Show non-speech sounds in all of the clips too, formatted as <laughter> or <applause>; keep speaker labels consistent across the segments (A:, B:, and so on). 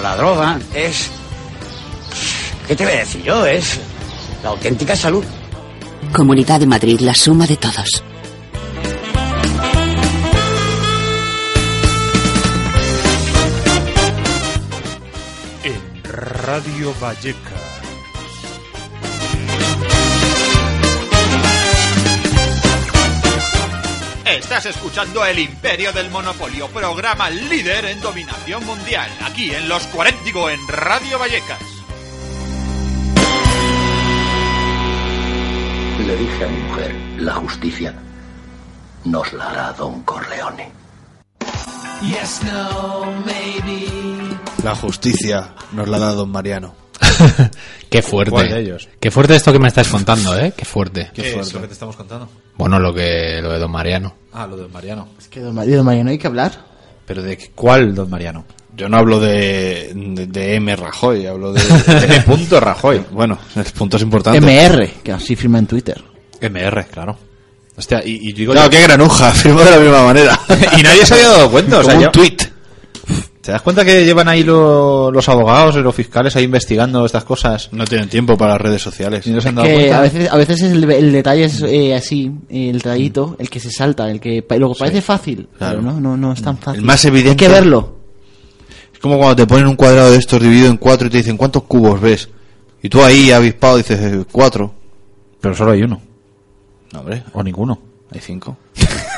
A: la droga es... ¿Qué te voy a decir yo? Es la auténtica salud.
B: Comunidad de Madrid, la suma de todos.
C: En Radio Vallecas.
D: Estás escuchando El Imperio del Monopolio, programa líder en dominación mundial, aquí en Los 40 digo, en Radio Vallecas.
E: Le dije a mi mujer, la justicia nos la hará Don Corleone.
F: Yes, no, maybe.
G: La justicia nos la ha dado Don Mariano.
H: Qué fuerte.
G: ¿Cuál de ellos?
H: Qué fuerte esto que me estás contando, ¿eh? Qué fuerte.
G: Qué fuerte. que te estamos contando?
H: Bueno, lo que lo de Don Mariano.
G: Ah, lo de Mariano.
I: Es que don Mar- de don Mariano hay que hablar.
G: ¿Pero de qué- cuál Don Mariano? Yo no hablo de, de, de M. Rajoy, hablo de, de <laughs> M. punto Rajoy. Bueno, el punto es importante.
I: MR, que así firma en Twitter.
G: MR, claro. Hostia, y, y digo
H: Claro,
G: yo-
H: qué
G: <laughs>
H: granuja,
G: firmó de la misma <laughs> manera.
H: Y nadie se había dado cuenta, o sea,
G: Como
H: yo-
G: un tweet. ¿Te das cuenta que llevan ahí lo- los abogados y los fiscales ahí investigando estas cosas?
H: No tienen tiempo para las redes sociales.
G: Y no se han dado
I: Que
G: cuenta.
I: a veces, a veces el, el detalle es eh, así, eh, el detallito, el que se salta, el que pa- lo que parece fácil,
G: Mm. claro. Mm.
I: pero no, no, no es tan fácil.
G: El más evidente.
I: Hay que verlo.
G: Es como cuando te ponen un cuadrado de estos dividido en cuatro y te dicen, ¿cuántos cubos ves? Y tú ahí, avispado, dices, "Eh, cuatro. Pero solo hay uno. No, hombre, o ninguno. Hay cinco. <laughs>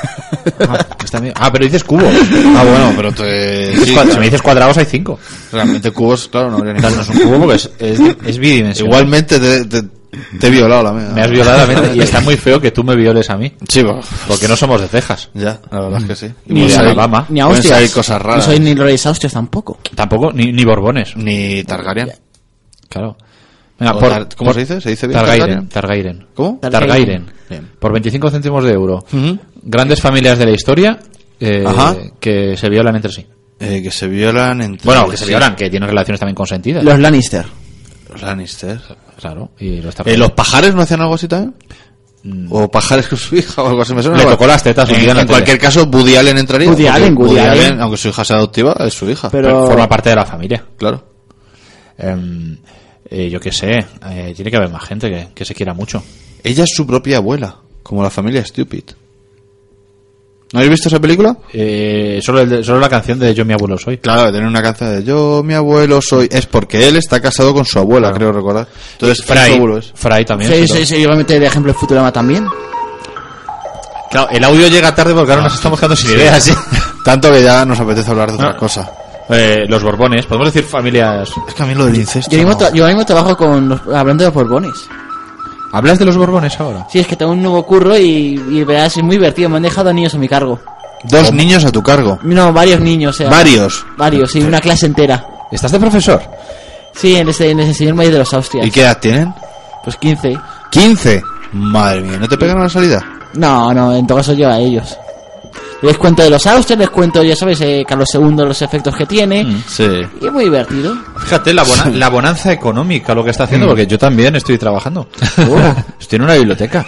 G: ah, está bien. Ah, pero dices cubos.
H: Ah, bueno, pero te... sí,
G: Cuadra-
H: claro.
G: Si me dices cuadrados, hay cinco.
H: Realmente cubos, claro, no habría ningún-
G: Claro, no es un cubo porque es, es, es bidimensional.
H: Igualmente te, te- te he violado la mía.
G: Me has violado la mente y está muy feo que tú me violes a mí.
H: Chivo.
G: Porque no somos de Cejas.
H: Ya, la verdad es que sí.
G: Ni
H: Pueden
G: de
H: salir-
G: Alabama.
I: Ni a
H: pueden
I: hostias.
H: salir cosas raras.
I: No soy ni Reyes Austrias tampoco.
G: Tampoco, ni, ni Borbones.
H: Ni Targaryen.
G: Claro. Venga,
H: O
G: por-
H: Tar- ¿Cómo
G: por-
H: se dice? ¿Se dice bien
G: Targaryen. Targaryen.
H: ¿Cómo?
G: Targaryen.
H: Bien.
G: Por 25 céntimos de euro.
H: Ujú.
G: Grandes familias de la historia eh,
H: Ajá.
G: que se violan entre sí.
H: Eh, que se violan entre...
G: Bueno, que se
H: sí.
G: violan, que tienen relaciones también consentidas.
I: Los Lannister.
H: Los Lannister.
G: Claro. Y los
H: Eh,
G: Targaryen.
H: ¿Los pajares no hacían algo así también?
G: Mm.
H: O pajares con su hija o algo así. Me suena
G: Le
H: algo-
G: tocó las tetas un
H: En,
G: día en la
H: en
G: tele.
H: cualquier caso, Woody Allen entraría.
I: Woody
H: porque
I: Allen, Woody Allen.
H: aunque su hija sea adoptiva, es su hija.
I: Pero-
G: Pero Forma parte de la familia.
H: Claro.
G: Em, eh, yo qué sé. eh, tiene que haber más gente que, que se quiera mucho.
H: Ella es su propia abuela, como la familia Stupid. ¿No habéis visto esa película?
G: Eh, solo, el de- solo la canción de Yo mi abuelo soy.
H: Claro, tiene una canción de Yo, mi abuelo, soy. Es porque él está casado con su abuela,
G: Claro.
H: creo recordar. Entonces, su
G: Fray,
H: abuelo es.
G: Fray también.
I: Sí,
G: sí,
I: sí, sí, yo voy a meter el ejemplo de Futurama también.
G: Claro, el audio llega tarde porque ahora nos estamos quedando sin ideas. ¿eh? ¿sí?
H: <laughs> Tanto que ya nos apetece hablar de otra
G: Ah.
H: cosa.
G: Eh, los Borbones, podemos decir familias.
H: Es que a mí lo del incesto.
I: Yo mismo,
H: no.
I: tra- yo mismo trabajo con los- hablando de los Borbones.
G: ¿Hablas de los Borbones ahora?
I: Sí, es que tengo un nuevo curro y, y verás, es muy divertido. Me han dejado niños a mi cargo.
H: Dos niños a tu cargo.
I: No, varios niños. O sea,
H: Varios.
I: Varios, sí, una clase entera.
G: ¿Estás de profesor?
I: Sí, en ese, en ese señor maíz de los Austrias.
H: ¿Y qué edad tienen?
I: Pues 15.
H: 15. Madre mía, ¿no te pegan a la salida?
I: No, no, en todo caso yo a ellos. Les cuento de los Austrias, les cuento, ya sabes, eh, Carlos II, los efectos que tiene.
G: Mm.
H: Sí.
I: Y es muy divertido.
G: Fíjate la, bona- la bonanza económica, lo que está haciendo, porque yo también estoy trabajando. estoy en una biblioteca,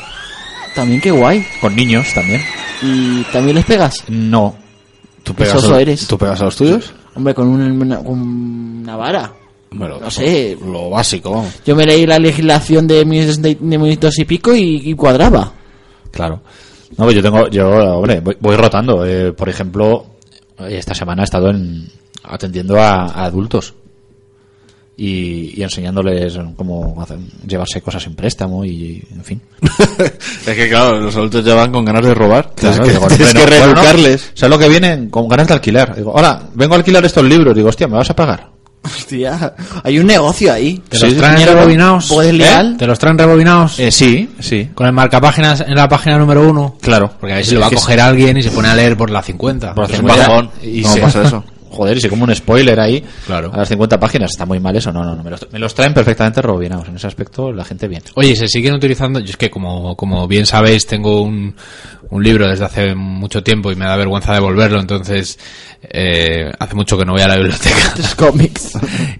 I: También qué guay.
G: con niños también.
I: Y también les pegas.
G: No.
H: ¿Tú
I: Qué soso
H: a-
I: eres.
H: ¿Tú pegas a los tuyos?
I: Hombre, con un- una, con una vara.
H: Bueno,
I: No sé.
H: Lo
G: Ah,
H: básico, vamos.
I: Yo me leí la legislación de 1900 y pico y, y cuadraba. <laughs>
G: Claro. No, pues yo tengo, yo, hombre, voy, voy rotando. Eh, por ejemplo, esta semana he estado en- atendiendo a, a adultos y, y enseñándoles cómo hacer- llevarse cosas en préstamo y, en fin.
H: <laughs> Es que claro, los adultos ya van con ganas de robar.
G: Claro,
H: <laughs> tienes
G: digo,
H: que, tienes
G: bueno,
H: que
G: bueno,
H: reeducarles.
G: ¿Sabes lo que vienen? Con ganas de alquilar. Digo, ahora, vengo a alquilar estos libros. Digo, hostia, ¿me vas a pagar?
I: Hostia, hay un negocio ahí. Pues
H: Te los traen
I: rebobinados. ¿Puedes liar?
J: ¿Eh? ¿Te los traen rebobinados?
G: Eh, sí, sí.
J: Con el marcapáginas en la página número uno.
G: Claro.
J: Porque a ver si lo va a coger alguien y se pone a leer por la 50.
G: Por
H: Es un
G: 50.
H: bajón.
G: Y
H: ¿Cómo
G: se-
H: pasa eso?
G: <laughs> Joder, y se como un spoiler ahí.
J: Claro.
G: A las 50 páginas. Está muy mal eso. No, no, no. Me los, me los traen perfectamente rebobinados. En ese aspecto, la gente bien.
J: Oye, se siguen utilizando. Yo es que, como, como bien sabéis, tengo un, un libro desde hace mucho tiempo y me da vergüenza devolverlo. Entonces, eh, hace mucho que no voy a la biblioteca. <laughs>
I: cómics.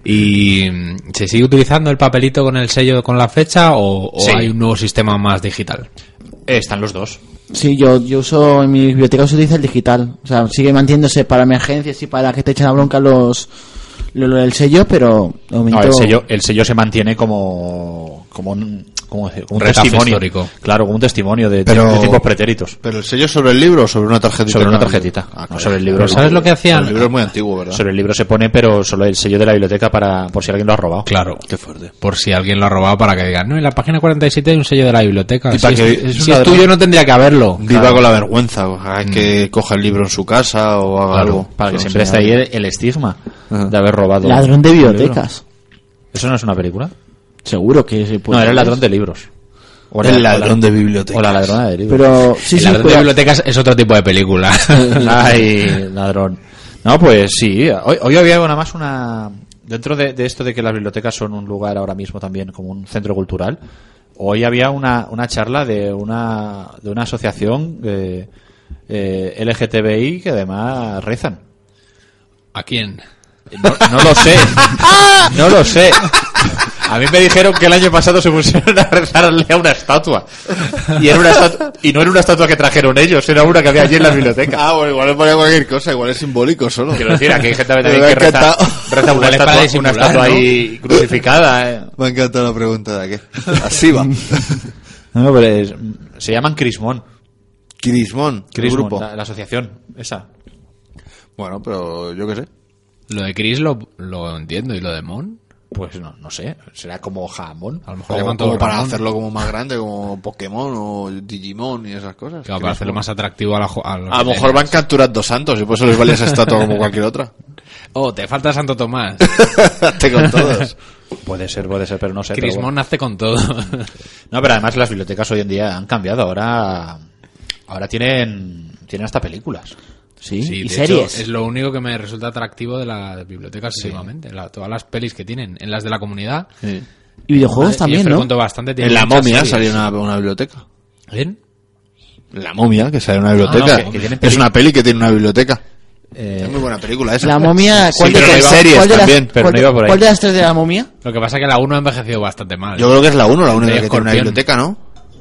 J: ¿Y mm, se sigue utilizando el papelito con el sello con la flecha o, o
G: Sí.
J: hay un nuevo sistema más digital?
G: Eh, están los dos.
I: Sí, yo, yo uso, en mi biblioteca se utiliza el digital. O sea, sigue manteniéndose para emergencias y para que te echen la bronca los, lo, lo del sello, pero de momento-
G: No, el, sello, el sello se mantiene como como un, como decir, como un
J: Retazos
G: testimonio
J: histórico.
G: claro como un testimonio de,
H: Pero-
G: de tiempos pretéritos
H: ¿Pero el sello sobre el libro o sobre una tarjetita?
G: sobre una
H: con el libro?
G: tarjetita
H: Ah,
G: no
H: claro.
G: sobre el libro
J: Pero ¿sabes lo que hacían?
H: Sobre El libro es muy antiguo, ¿verdad?
G: sobre el libro se pone pero solo el sello de la biblioteca para por si alguien lo ha robado
J: Claro.
H: Qué fuerte.
J: Por si alguien lo ha robado para que digan, no, en la página 47 hay un sello de la biblioteca.
H: Y
J: Si
H: para
J: es,
H: que-
J: si
H: es una
J: es
H: de-
J: tuyo no tendría que haberlo.
H: Viva con la vergüenza, ojalá que coja el libro en su casa o haga
G: Mm. Claro,
H: algo.
G: para que
H: Pero
G: siempre
H: sí,
G: esté ahí el, el estigma
H: Ajá.
G: de haber robado
I: Ladrón de
G: un libro.
I: bibliotecas.
G: eso no es una película
I: Seguro que se puede.
G: no era el ladrón de libros O
H: Pues El ladrón de bibliotecas.
G: o la ladrona de libros
I: Pero sí,
J: el
I: sí,
J: ladrón de
I: pero-
J: bibliotecas es otro tipo de película.
G: <laughs> Ay, ladrón. No, pues sí. Hoy, hoy había una más una... Dentro de, de esto de que las bibliotecas son un lugar ahora mismo también como un centro cultural, hoy había una, una charla de una, de una asociación eh, eh, LGTBI que además rezan.
J: ¿A quién?
G: No, no lo sé. No lo sé. A mí me dijeron que el año pasado se pusieron a rezarle a una estatua. Y, era una estatua- y no era una estatua que trajeron ellos, era una que había allí en la biblioteca.
H: Ah, bueno, igual es para cualquier cosa, igual es simbólico solo.
G: Quiero decir, aquí hay gente
H: <laughs>
G: también
H: Me
G: que
H: ha
G: reza,
H: encantado.
G: reza una,
J: Igual es para
G: estatua, una
J: disimular,
G: estatua
J: ¿no?
G: ahí crucificada. eh.
H: Me ha encantado la
J: <laughs>
H: pregunta de aquí. Así va.
G: <laughs> No, pero es- se llaman Crismón.
H: Crismón, el
G: Crismón,
H: grupo.
G: La, la asociación, esa.
H: Bueno, pero yo qué sé.
J: Lo de Chris lo, lo entiendo y lo de Mon.
G: Pues no, no sé, será como jamón.
J: A lo mejor
H: Como,
J: llaman todo
H: como para
J: Ramón.
H: hacerlo como más grande, como Pokémon o Digimon y esas cosas.
J: Claro, para hacerlo más atractivo a la jo- los
H: A lo
J: que
H: mejor van
J: tengas.
H: capturando santos y por eso les vale esa estatua como cualquier otra. <laughs>
J: Oh, te falta Santo Tomás.
H: Te
J: <laughs>
H: con todos.
G: Puede ser, puede ser, pero no sé. pero
J: Chris
G: bueno.
J: Mon hace con todo.
G: No, pero además las bibliotecas hoy en día han cambiado. Ahora, ahora tienen, tienen hasta películas.
I: Sí,
J: Sí,
I: y
J: de hecho,
I: series.
J: es lo único que me resulta atractivo de las bibliotecas últimamente. La- todas las pelis que tienen. En las de la comunidad.
I: Y videojuegos
J: Yo
I: también, ¿no?
J: frecuento bastante. tienen
H: En la
J: muchas
H: momia
J: series.
H: salió una, una biblioteca.
J: ¿En?
H: La momia, que sale en una biblioteca.
J: Ah, no, que- que tiene Eh,
H: es una peli que tiene una biblioteca. es muy buena película esa.
I: La momia.
H: Sí,
I: ¿Cuál de
H: pero
I: todas-
H: hay series
I: cuál de las-
H: también.
G: pero
I: cuál
G: no
I: de-
G: iba por ahí.
I: ¿Cuál de las tres de la momia?
J: Lo que pasa es que la 1 ha envejecido bastante mal.
H: Yo creo que es la 1 la única
J: Rey
H: que tiene una
J: Escorpión.
H: biblioteca, ¿no?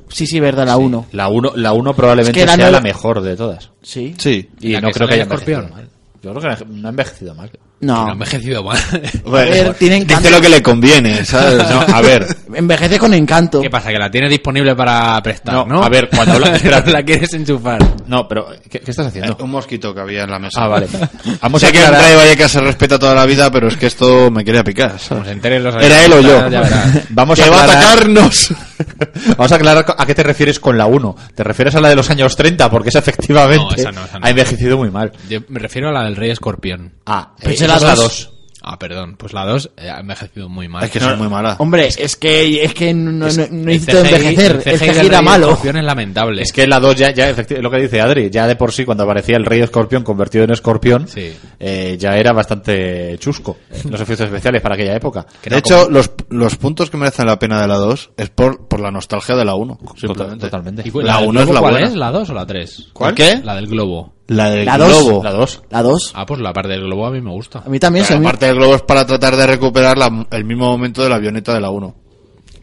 I: Sí, sí, verdad, la 1.
G: La uno, la uno probablemente
I: Es que la
G: sea
I: no-
G: la mejor de todas.
I: Sí.
H: Sí.
G: Y
J: ¿La
G: no
J: que
G: creo que
J: sale
G: haya
J: el escorpión?
G: envejecido mal. Yo creo que no ha envejecido mal.
J: Que no ha
I: No.
J: envejecido mal.
I: A ver, tiene encanto.
H: Dice lo que le conviene, ¿sabes?
G: <laughs> No,
H: <laughs>
G: a ver,
I: Envejece con encanto.
J: ¿Qué pasa? Que la tienes disponible para prestar,
G: No,
J: ¿no?
G: a ver,
J: <laughs>
G: cuando hablas- espérate.
J: la quieres enchufar.
G: no, pero ¿qué, qué estás haciendo?
H: Eh, Un mosquito que había en la mesa. <laughs>
G: Ah, vale.
H: O
G: Vamos a
H: sea que en
G: aclarar-
H: Rey Vallecas se respeta toda la vida, pero es que esto me quería picar.
J: Como
H: ¿sabes?
J: se enteren los
H: Era él o yo.
J: ya verás.
G: Vamos a,
H: ¡Que va a
G: aclarar,
H: atacarnos!
G: <laughs> vamos a aclarar a qué te refieres con la 1. ¿Te refieres a la de los años 30? Porque esa efectivamente
J: No, esa no, esa no.
G: ha envejecido muy mal.
J: Yo me refiero a la del Rey Escorpión.
G: Ah,
I: Pensé
G: eh,
I: la
G: esa es
I: pues dos.
J: Ah, perdón. Pues la 2 ha envejecido muy mal.
H: es que son muy malas.
I: Hombre, es que, es que no, no, no
J: El
I: necesito
J: CGI
I: envejecer.
J: del
I: El CGI,
J: Rey
I: era malo.
J: Escorpión es lamentable.
G: Es que la 2 ya, ya efecti- lo que dice Adri, ya de por sí cuando aparecía el rey escorpión convertido en escorpión,
J: Sí.
G: eh, ya era bastante chusco los efectos especiales para aquella época.
H: De hecho, los, los puntos que merecen la pena de la 2 es por, por la nostalgia de la 1. simplemente.
G: totalmente.
J: ¿Y cu-
H: La
J: del
H: 1 es
J: globo
H: la
J: cuál
H: buena.
J: es? ¿La 2 o la 3?
H: ¿Cuál? ¿Qué?
J: La del globo.
H: La del
I: La dos.
H: globo.
G: La 2.
I: La 2.
J: Ah, pues la parte del globo a mí me gusta.
I: A mí también.
H: Pero
I: soy
H: la
I: muy-
H: parte del globo es para tratar de recuperar la- el mismo momento de la avioneta de la 1.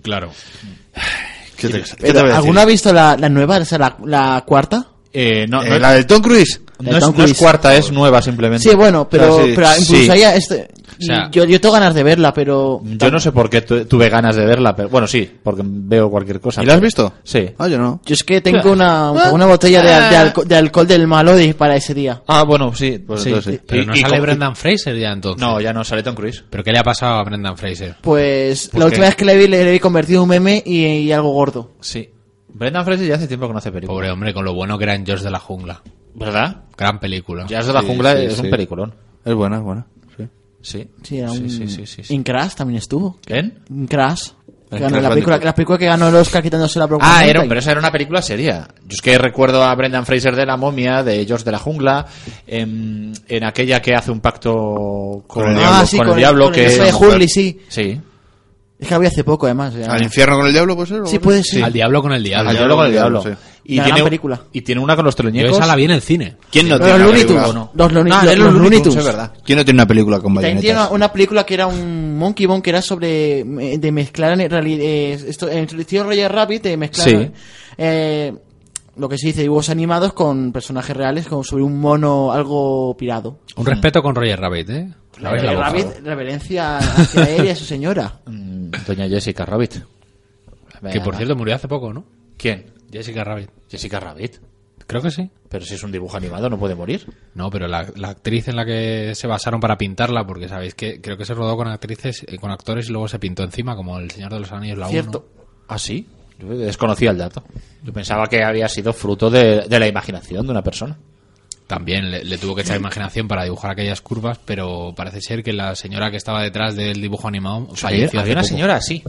J: Claro.
H: ¿Qué te, qué te
I: Pero,
H: voy a decir?
I: ¿Alguno ha visto la, la nueva, o sea, la, la cuarta?
G: Eh, no, no,
H: Eh, ¿La del Tom Cruise?
G: no
I: de
G: es,
I: Tom
G: no es
I: Cruise.
G: cuarta, es nueva simplemente.
I: Sí, bueno, pero,
H: Ah, sí.
I: pero incluso
H: Sí.
I: ella... este-
J: O sea-
I: yo, yo tengo ganas de verla, pero...
G: Yo no sé por qué tu- tuve ganas de verla, pero bueno, sí, porque veo cualquier cosa.
H: ¿Y la has
G: pero-
H: visto?
G: Sí.
H: Ah, yo no.
I: Yo es que tengo una, una botella de, de alco- de alcohol del malo de- para ese día.
G: Ah, bueno, sí.
H: Pues
G: sí.
H: entonces sí.
J: Pero
G: Y-
J: no
G: y
J: sale
G: co-
J: Brendan Fraser ya entonces.
G: No, ya no sale Tom Cruise.
J: ¿Pero qué le ha pasado a Brendan Fraser?
I: Pues
G: ¿Por
I: la
G: qué?
I: última vez que la vi le, le vi convertido en un meme y, y algo gordo.
G: Sí. Brendan Fraser ya hace tiempo que no hace películas.
J: Pobre hombre, con lo bueno que era en George de la Jungla.
G: ¿Verdad?
J: Gran película.
G: Jazz de la
H: Ah, Sí,
G: jungla
H: sí,
G: es
H: sí.
G: un peliculón.
H: Es buena, es buena. Sí.
G: Sí.
I: Sí, era un...
G: sí, sí, sí, sí.
I: En Crash también estuvo.
G: ¿Quién?
I: En Crash.
H: En
I: Ganó
H: Crash
I: la, película,
H: Bandicoot.
I: la película que ganó el Oscar quitándose la propia
G: Ah, era, pero esa era una película seria. Yo es que recuerdo a Brendan Fraser de La Momia, de George de la Jungla, en, en aquella que hace un pacto con,
H: el
G: el,
H: diablo,
G: diablo,
I: ah, sí,
G: con el diablo
I: con
G: que
I: eso de
H: mujer.
I: Hurley, sí.
G: Sí.
I: Es que había hace poco, además. ya.
H: ¿Al infierno con el diablo puede ser? o
I: Sí,
H: algo
I: puede
H: así?
I: ser.
J: Al diablo con el diablo.
H: Al
G: El diablo con el
H: diablo,
G: diablo.
H: sí.
G: Y
I: Una gran
G: tiene,
I: película.
G: y tiene una con los
J: Yo
G: teleñecos.
J: esa la vi en el cine.
H: ¿Quién no
I: Los
H: tiene una
I: Looney
H: película?
I: Tunes. Los Looney-
G: Ah,
I: los-
G: de los
I: los
G: Looney
I: Looney
G: Tunes,
I: Tunes.
G: es verdad.
H: Ah. ¿Quién no tiene una película con
I: También tiene una,
H: bayonetas?
I: una película que era un Monkey Bone, que era sobre eh, de mezclar en realidad eh, esto en el tío Roger Rabbit de mezclar
G: Sí.
I: eh, lo que se dice dibujos animados con personajes reales como sobre un mono algo pirado.
J: Un respeto con Roger Rabbit, ¿eh?
G: La habéis lavado,
I: Rabbit,
G: por favor.
I: reverencia hacia él y a su señora.
G: Mm, Doña Jessica Rabbit.
J: Que por cierto murió hace poco, ¿no?
G: ¿Quién?
J: Jessica Rabbit.
G: Jessica Rabbit.
J: Creo que sí.
G: Pero si es un dibujo animado, no puede morir.
J: No, pero la, la actriz en la que se basaron para pintarla, porque sabéis que creo que se rodó con actrices, eh, con actores y luego se pintó encima, como El Señor de los Anillos, la 1.
G: ¿Ah, sí? Yo desconocía el dato. Yo pensaba que había sido fruto de, de la imaginación de una persona.
J: También le, le tuvo que echar imaginación para dibujar aquellas curvas, pero parece ser que la señora que estaba detrás del dibujo animado
G: Ayer
J: falleció. hace
G: había una
J: poco.
G: señora así.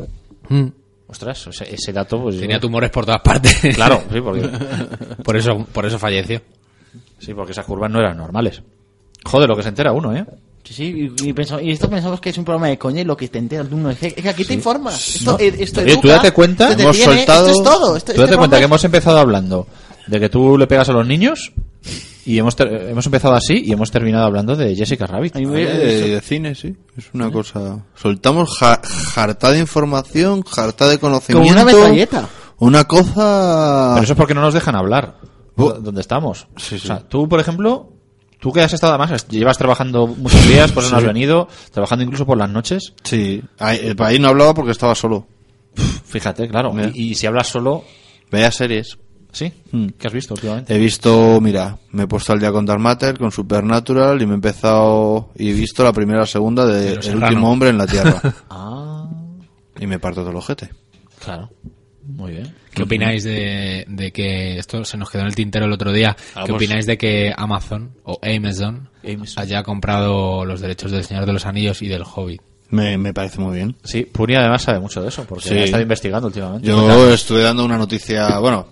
J: Mm.
G: Ostras, o sea, ese dato... Pues,
J: Tenía tumores por todas partes.
G: <laughs> Claro, sí porque,
J: <laughs> por eso, por eso falleció.
G: sí, porque esas curvas no eran normales. Joder, lo que se entera uno, ¿eh?
I: <laughs> Sí, sí, y, y pensamos- y esto pensamos que es un programa de coña y lo que te enteras de uno es que, es que aquí te informas. Esto, eh, esto
G: Oye, tú
I: educa,
G: date cuenta,
I: esto te
G: hemos
I: tiene,
G: soltado.
I: Esto es todo. Esto,
G: tú
I: este
G: date cuenta
I: programa
G: que hemos empezado hablando de que tú le pegas a los niños y hemos, ter- hemos empezado así y hemos terminado hablando de Jessica Rabbit.
I: A mí me-
H: Eh, De, de cine, sí. Es una cosa. Soltamos ja- jarta de información, jarta de conocimiento.
I: Como una metralleta.
H: Una cosa.
G: Pero eso es porque no nos dejan hablar.
H: Ah. Bu-
G: ¿Dónde estamos?
H: Sí, sí.
G: O sea, tú, por ejemplo, tú que has estado además, llevas trabajando muchos días, por eso no has
H: Sí.
G: venido, trabajando incluso por las noches.
H: Sí. Ahí, eh, ahí no hablaba porque estaba solo.
G: Fíjate, claro.
H: Mira.
G: Y, y si hablas solo,
H: Veía series.
G: ¿sí?
H: Mm.
G: ¿Qué has visto últimamente?
H: He visto, mira, me he puesto al día con Dark Matter, con Supernatural y me he empezado y he visto la primera segunda de
J: Los
H: El
J: Serrano.
H: último hombre en la Tierra.
J: <laughs>
G: Ah,
H: y me parto todo el ojete.
G: claro. Muy bien.
J: ¿Qué opináis de, de que esto se nos quedó en el tintero el otro día?
G: Ah,
J: ¿Qué
G: pues-
J: opináis de que Amazon o Amazon,
G: Amazon.
J: haya comprado los derechos del Señor de los Anillos y del Hobbit?
H: Me, me parece muy bien.
G: Sí, Puri además sabe mucho de eso, porque
H: Sí.
G: ha estado investigando últimamente.
H: Yo estuve dando una noticia, bueno,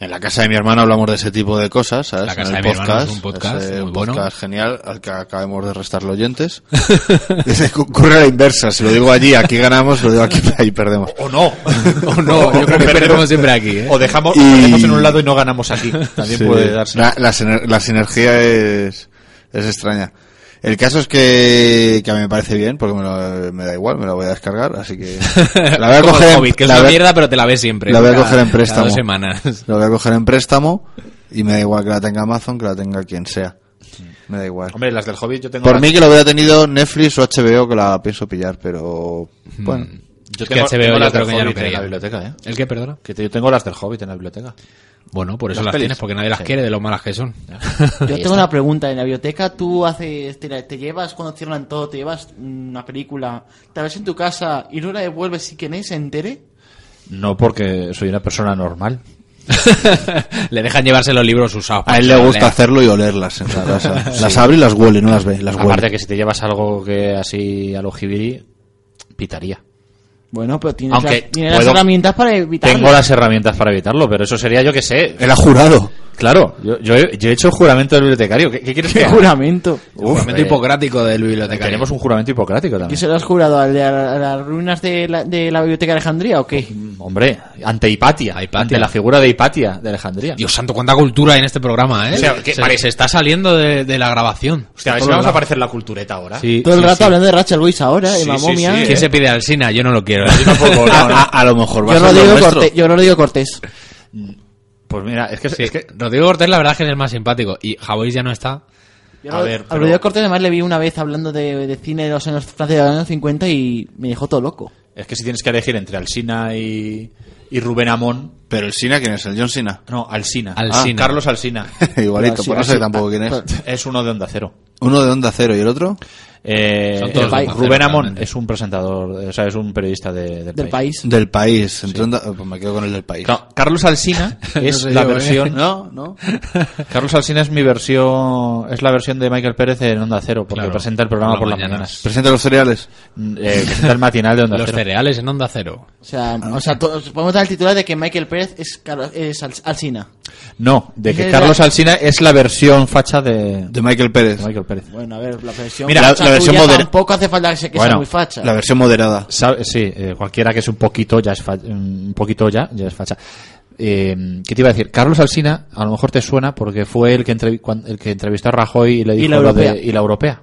H: en la casa de mi hermano hablamos de ese tipo de cosas, ¿sabes?
J: La
H: En
J: casa
H: el
J: de mi hermano es un podcast
H: es, eh,
J: muy
H: un podcast
J: bueno.
H: genial al que acabemos de
J: <laughs>
H: restarle oyentes. <laughs> Dice, Ocurre la inversa, si lo digo allí, aquí ganamos, lo digo aquí, ahí perdemos.
G: O no.
J: O no, yo creo que perdemos siempre aquí, ¿eh?
G: O dejamos,
H: Y-
G: o dejamos en un lado y no ganamos aquí. También
H: Sí.
G: puede darse.
H: La, la siner- la sinergia es, es extraña. El caso es que, que a mí me parece bien, porque me, lo- me da igual, me la voy a descargar, así que... La voy
J: <laughs>
H: a
J: Como
H: coger,
J: el
H: en-
J: Hobbit, que es
H: la
J: una
H: voy a-
J: mierda, pero te la ves siempre.
H: la voy a
J: Cada-
H: coger en préstamo.
J: cada dos semanas.
H: la voy a coger en préstamo y me da igual que la tenga Amazon, que la tenga quien sea. Me da igual.
G: Hombre, las del Hobbit yo tengo.
H: Por
G: las-
H: mí que lo hubiera tenido Netflix o HBO, que la pienso pillar, pero... Bueno.
G: yo
J: <laughs> Es que
G: tengo-
J: HBO
G: tengo
J: yo
G: las
J: creo que
G: del
J: ya no
G: Hobbit en
J: quería.
G: la biblioteca, ¿eh?
J: ¿El qué, perdona?
G: Que te- yo tengo las del Hobbit en la biblioteca. ¿eh?
J: Bueno, por eso
G: Las
J: las,
G: pelis.
J: tienes, porque nadie las
G: Sí.
J: quiere de lo malas que son.
I: Yo tengo una pregunta. En la biblioteca tú haces, te, la- te llevas cuando cierran todo, te llevas una película, te la ves en tu casa y no la devuelves si quien es se entere.
G: No porque soy una persona normal.
J: Le dejan llevarse los libros usados.
H: A él le gusta hacerlo y olerlas <laughs> en la casa. Las abre y las huele, no las ve, las
G: Aparte
H: huele.
G: que si te llevas algo que así a lo jibiri, pitaría.
I: Bueno, pero tienes,
G: Aunque
I: las, tienes las
G: puedo-
I: herramientas para evitarlo.
G: Tengo
I: <laughs>
G: las herramientas para evitarlo, pero eso sería yo que sé.
H: Él ha jurado.
G: Claro, yo, yo he, yo he hecho juramento del bibliotecario. ¿Qué, qué quieres que
I: Qué
G: haga?
I: juramento.
J: Un momento
G: eh,
J: hipocrático del bibliotecario.
G: Tenemos un juramento hipocrático
I: ¿Y
G: también.
I: se lo has jurado al de- a, la- a las ruinas de la, de la biblioteca de Alejandría o qué?
G: Hombre, ante Hipatia,
J: A Hipatia.
G: ante la figura de Hipatia de Alejandría.
J: Dios santo, cuánta cultura hay en este programa, ¿eh?
G: O sea, que
J: se,
G: parece-
J: se está saliendo de, de la grabación.
G: Hostia, a ver si vamos a aparecer la cultureta ahora.
J: Sí,
I: Todo el
J: sí,
I: rato
J: sí.
I: hablando de Rachel Weisz ahora, de
G: Sí,
I: Mamomia.
G: sí, sí,
J: ¿Quién
G: ¿eh?
J: se pide al Sina? Yo no lo quiero. ¿eh?
G: <laughs>
H: A, a- a lo mejor va
I: Yo
H: a
I: no,
H: ser lo
I: digo
H: nuestro.
I: Cortés, yo no lo digo Cortés.
G: Pues mira, es que,
J: Sí,
G: es que
J: Rodrigo Cortés la verdad es que es el más simpático. Y Javois ya no está.
I: Yo
G: A
I: no-
G: ver, pero-
I: Rodrigo Cortés además le vi una vez hablando de, de cine de los años Francia de los años 50 y me dejó todo loco.
G: es que si tienes que elegir entre Alsina y, y Rubén Amón,
H: Pero el Sina, ¿quién es? ¿El John Sina?
G: no, Alsina,
J: Alsina.
G: Ah, Carlos Alsina
H: <laughs> Igualito,
I: Pero
H: pues no
I: así-
H: sé tampoco quién es.
I: pero-
G: es uno de Onda Cero.
H: Uno de Onda Cero y el otro.
G: Eh,
J: Son todos
G: eh,
I: de Onda
G: Rubén
J: Cero,
G: Amón
J: realmente.
G: es un presentador, eh, o sea, es un periodista de- del,
I: Del país.
H: Del país. Entre Onda- eh, Pues me quedo con el del país.
G: Ca- Carlos <laughs> Alsina es
J: sé
G: la
J: yo, ¿eh?
G: versión
H: No, no.
G: Carlos Alsina es mi versión es la versión de Michael Pérez en Onda Cero porque
J: Claro.
G: presenta el programa por las mañanas.
H: Presenta los cereales.
G: Mm, eh, presenta el matinal de Onda
J: Los
G: Cero.
J: cereales en Onda Cero.
I: O sea, o sea todos- podemos dar el titular de que Michael Pérez es, Car- es Al- Alsina.
G: No, de
I: Esa
G: que
I: es
G: Carlos
I: la-
G: Alsina es la versión facha de,
H: De Michael Pérez.
G: de Michael Pérez.
I: Bueno, a ver, la versión.
H: Mira, la-
I: facha
H: la versión
I: tuya
H: moderna-
I: Tampoco hace falta que, se- que
G: Bueno,
I: sea muy facha.
H: La versión moderada.
G: Sabe- Sí, eh, cualquiera que es un poquito ya es fa- un poquito ya, ya es facha. Eh, ¿Qué te iba a decir? Carlos Alsina, a lo mejor te suena porque fue el que, entrevi- cuan- el que entrevistó a Rajoy y le
I: Y
G: dijo
I: la
G: lo de
I: europea.
G: y la europea.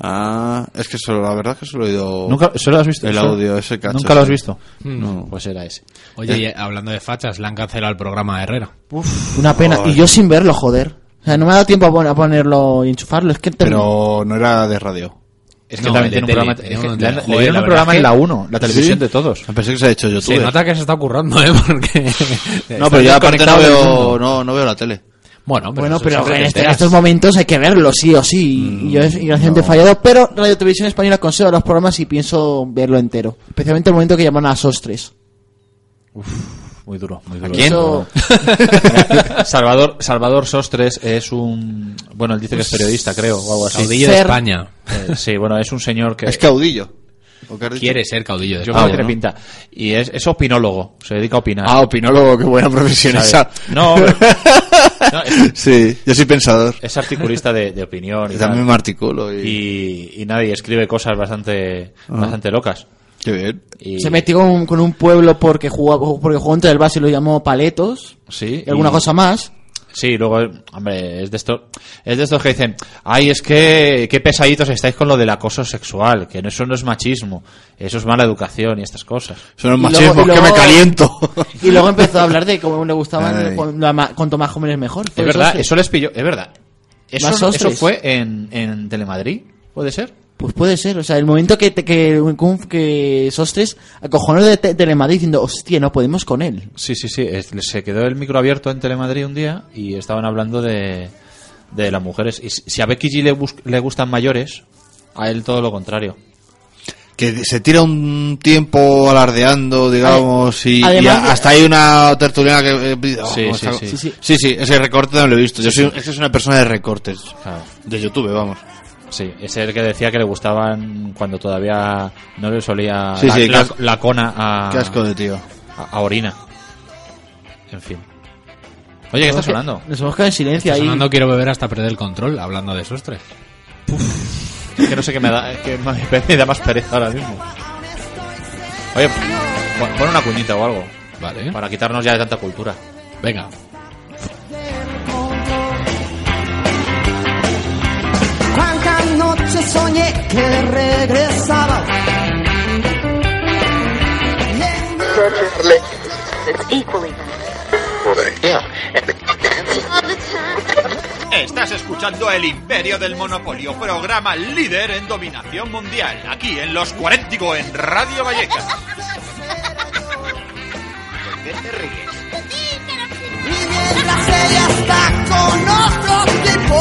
H: Ah, es que solo, la verdad es que solo he oído.
G: Nunca solo has visto
H: Oh. El
G: solo-
H: audio, ese cacho.
G: Nunca lo has visto.
J: Hmm.
H: No.
G: Pues era ese.
J: Eh. Oye, y hablando de fachas, le han cancelado el programa a Herrera.
I: Una pena. Y yo sin verlo, joder. O sea, no me ha dado tiempo a, pon- a ponerlo y enchufarlo. Es que te-
H: Pero no era de radio.
G: Es
J: No, el de tele, tenía
G: es
J: uno
G: que
J: de
G: le han-
J: tele.
G: le
J: Joder,
G: dieron
J: la
G: un
J: verdad
G: programa
J: es
G: en la
J: que-
G: 1, la televisión de todos.
H: Pensé que se ha hecho
J: Se
H: YouTube.
J: nota que se está currando, ¿eh? <laughs> Porque.
H: No, pero yo
J: ya
H: aparte no veo, no, no veo la tele.
J: Bueno, pero,
I: bueno,
J: eso es
I: pero
J: lo que
I: en
J: te
I: este- en
J: enteras.
I: estos momentos hay que verlo, sí o sí. y yo, es- desgraciadamente, he fallado. Pero Radio Televisión Española conserva los programas y pienso verlo entero. Especialmente el momento que llaman a Sostres.
G: Muy duro, muy duro.
J: quién? <laughs>
I: Eso-
G: Salvador, Salvador Sostres es un. Bueno, él dice que es periodista, creo, o algo así.
J: Caudillo Pues de
I: Ser-
J: España.
G: Eh, sí, bueno, es un señor que.
H: Es caudillo. ¿O qué has dicho?
J: Quiere ser caudillo de
G: Yo creo
J: España.
G: que tiene
J: ¿no?
G: pinta. Y es, es opinólogo, se dedica a opinar.
H: Ah, opinólogo, qué buena profesión
G: ¿sabes?
H: esa. <laughs>
G: No, pero- no, es,
H: Sí, yo soy pensador.
G: es articulista de, de opinión y,
H: Y también
G: tal.
H: me articulo y...
G: y, y nadie escribe cosas bastante,
H: Ajá.
G: bastante locas.
H: Qué bien.
G: Y-
I: Se metió con, con un pueblo porque jugó, porque jugó entre el Barça y lo llamó Paletos.
G: Sí,
I: Y alguna
G: y-
I: cosa más.
G: Sí, luego, hombre, es de esto, es de estos que dicen, ay, es que qué pesaditos estáis con lo del acoso sexual, que no- eso no es machismo, eso es mala educación y estas cosas.
H: Son los
I: Y luego-
H: machismos,
I: y luego-
H: que me caliento.
I: Y luego empezó a hablar de cómo le gustaban
H: Ay.
I: con- la ma- cuanto más jóvenes mejor. Fue
G: Es verdad,
I: Sostres.
G: eso les pilló, es verdad. Eso,
I: Pues Más
G: no-
I: sostres.
G: eso fue en, en Telemadrid, ¿puede ser?
I: Pues puede ser, o sea, el momento que, te- que, que Sostres acojonó de te- Telemadrid diciendo, hostia, no podemos con él.
G: Sí, sí, sí, es- se quedó el micro abierto en Telemadrid un día y estaban hablando de, de las mujeres. Y si si a Becky G le, bus- le gustan mayores, a él todo lo contrario.
H: que se tira un tiempo alardeando, digamos, y, y
I: además-
H: a- hasta hay una tertuliana que... eh, pide-
G: Sí,
H: oh,
G: sí,
H: está-
G: sí.
I: Sí, sí.
H: Sí, sí, ese recorte no lo he visto. Yo soy, es que soy una persona de recortes. De YouTube, vamos.
G: Sí, es el que decía que le gustaban cuando todavía no le solía
H: Sí,
G: la,
H: sí,
G: la-
H: casco-
G: la cona a,
H: Qué asco de tío.
G: a, a orina. En fin. Oye, ¿qué está sonando?
I: Nos hemos quedado en silencio
J: Está
I: ahí.
J: sonando quiero beber hasta perder el control, hablando de sostres.
G: Es que no sé qué me da, es que me, me da <laughs> más pereza ahora mismo. Oye, pon, pon una cuñita o algo
J: Vale.
G: para quitarnos ya de tanta cultura.
J: Venga.
F: Cuántas noches soñé que regresaba.
D: Estás escuchando El Imperio del Monopolio, programa líder en dominación mundial, aquí en Los Cuaréntico, en Radio Vallecas. ¿De qué te ríes?
F: Y mientras ella está con otro tipo.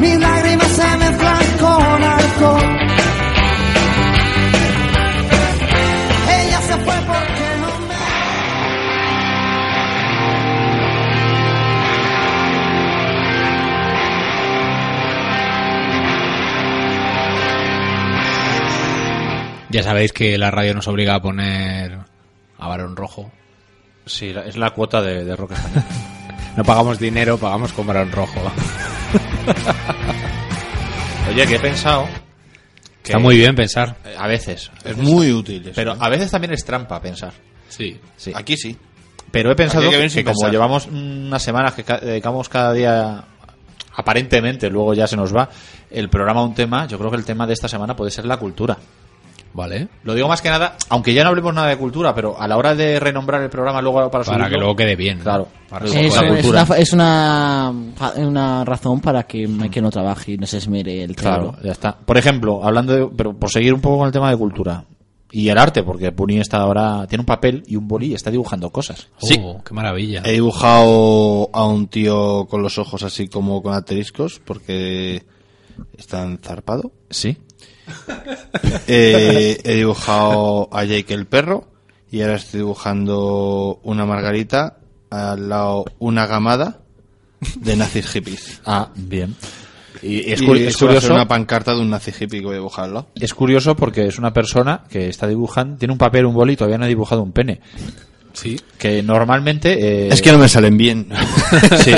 F: Mis lágrimas se mezclan con alcohol. Ella se fue porque no me...
J: Ya sabéis que la radio nos obliga a poner a varón rojo.
G: Sí, la- es la cuota de, de rock español.
J: No pagamos dinero, pagamos con varón rojo.
G: Oye, que he pensado. que-
J: Está muy bien pensar.
G: eh, A veces.
H: Es muy útil. eso.
G: Pero a veces también es trampa pensar.
J: Sí.
G: Sí.
H: Aquí sí.
G: Pero he pensado
H: Habría
G: que,
H: que ver sin
G: que como
H: pensar.
G: llevamos unas semanas que ca- dedicamos cada día, aparentemente, luego ya se nos va, el programa a un tema, yo creo que el tema de esta semana puede ser la cultura.
J: Vale.
G: Lo digo más que nada, aunque ya no hablemos nada de cultura, pero a la hora de renombrar el programa luego para
J: Para
G: subirlo,
J: que luego quede bien. ¿no?
G: Claro.
J: Para
G: Eso
J: que
I: Es,
J: luego quede
I: es
G: cultura.
I: una, fa- es una, fa- una razón para que Michael no trabaje y no se esmere el
G: Claro,
I: cerebro.
G: ya está. Por ejemplo, hablando de, pero por seguir un poco con el tema de cultura y el arte, porque Puni está ahora tiene un papel y un bolí y está dibujando cosas.
J: bien. Oh, qué maravilla.
H: He dibujado a un tío con los ojos así como con asteriscos porque están zarpado.
G: Sí.
H: Eh, he dibujado a Jake el perro y ahora estoy dibujando una margarita al lado una gamada de nazis hippies.
G: Ah, bien. Y es,
H: Y
G: curi- es
H: eso va a ser
G: curioso
H: una pancarta de un nazi hippie que voy a dibujarlo.
G: Es curioso porque es una persona que está dibujando, tiene un papel, un boli, y todavía no ha dibujado un pene.
J: Sí.
G: Que normalmente. eh,
H: Es que no me salen <laughs> bien.
G: sí,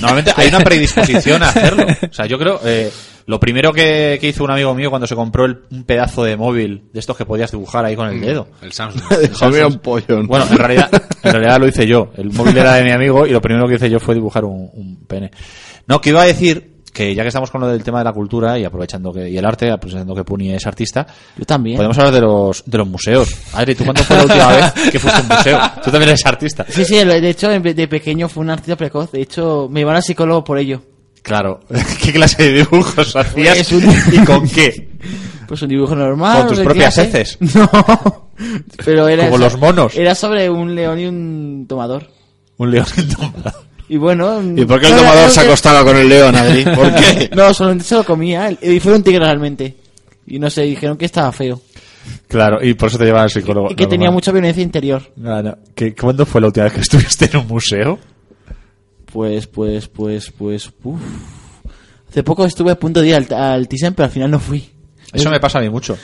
G: normalmente hay una predisposición a hacerlo. O sea, yo creo. eh, lo primero que, que hizo un amigo mío cuando se compró el- un pedazo de móvil de estos que podías dibujar ahí con
J: Mm.
G: el dedo.
J: El Samsung.
H: Javier un pollo.
G: Bueno, en realidad, en realidad lo hice yo. El móvil era de mi amigo y lo primero que hice yo fue dibujar un, un pene. No, que iba a decir que ya que estamos con lo del tema de la cultura y aprovechando que y el arte, aprovechando que Puni es artista,
I: Yo también.
G: podemos hablar de los de los museos. Adri, ¿tú cuándo fue la última vez que fuiste a un museo? Tú también eres artista.
I: Sí, sí, lo- de hecho, en- de pequeño fue un artista precoz. De hecho, me iban al psicólogo por ello.
G: Claro. <laughs> ¿Qué clase de dibujos hacías
I: Pues un-
G: y con qué?
I: Pues un dibujo normal.
G: Con tus
I: no sé qué
G: propias
I: hacer.
G: heces.
I: <laughs> No. Pero era.
G: Como los monos.
I: Era sobre un león y un tomador.
G: Un león entomado.
I: Y bueno.
H: ¿Y por qué el
I: no,
H: tomador
I: no,
H: se
I: no,
H: acostaba con el león, Adri? ¿Por qué?
I: No, solamente se lo comía. Y fue un tigre realmente. Y no sé, dijeron que estaba feo.
G: <laughs> Claro, y por eso te llevaba al psicólogo.
I: Y que
G: Pues No,
I: tenía
G: no.
I: mucha violencia interior.
G: No, no. ¿Qué- ¿Cuándo fue la última vez que estuviste en un museo?
I: Pues, pues, pues, pues. Uf. Hace poco estuve a punto de ir al, al Thyssen, pero al final no fui.
G: Eso me pasa a mí mucho.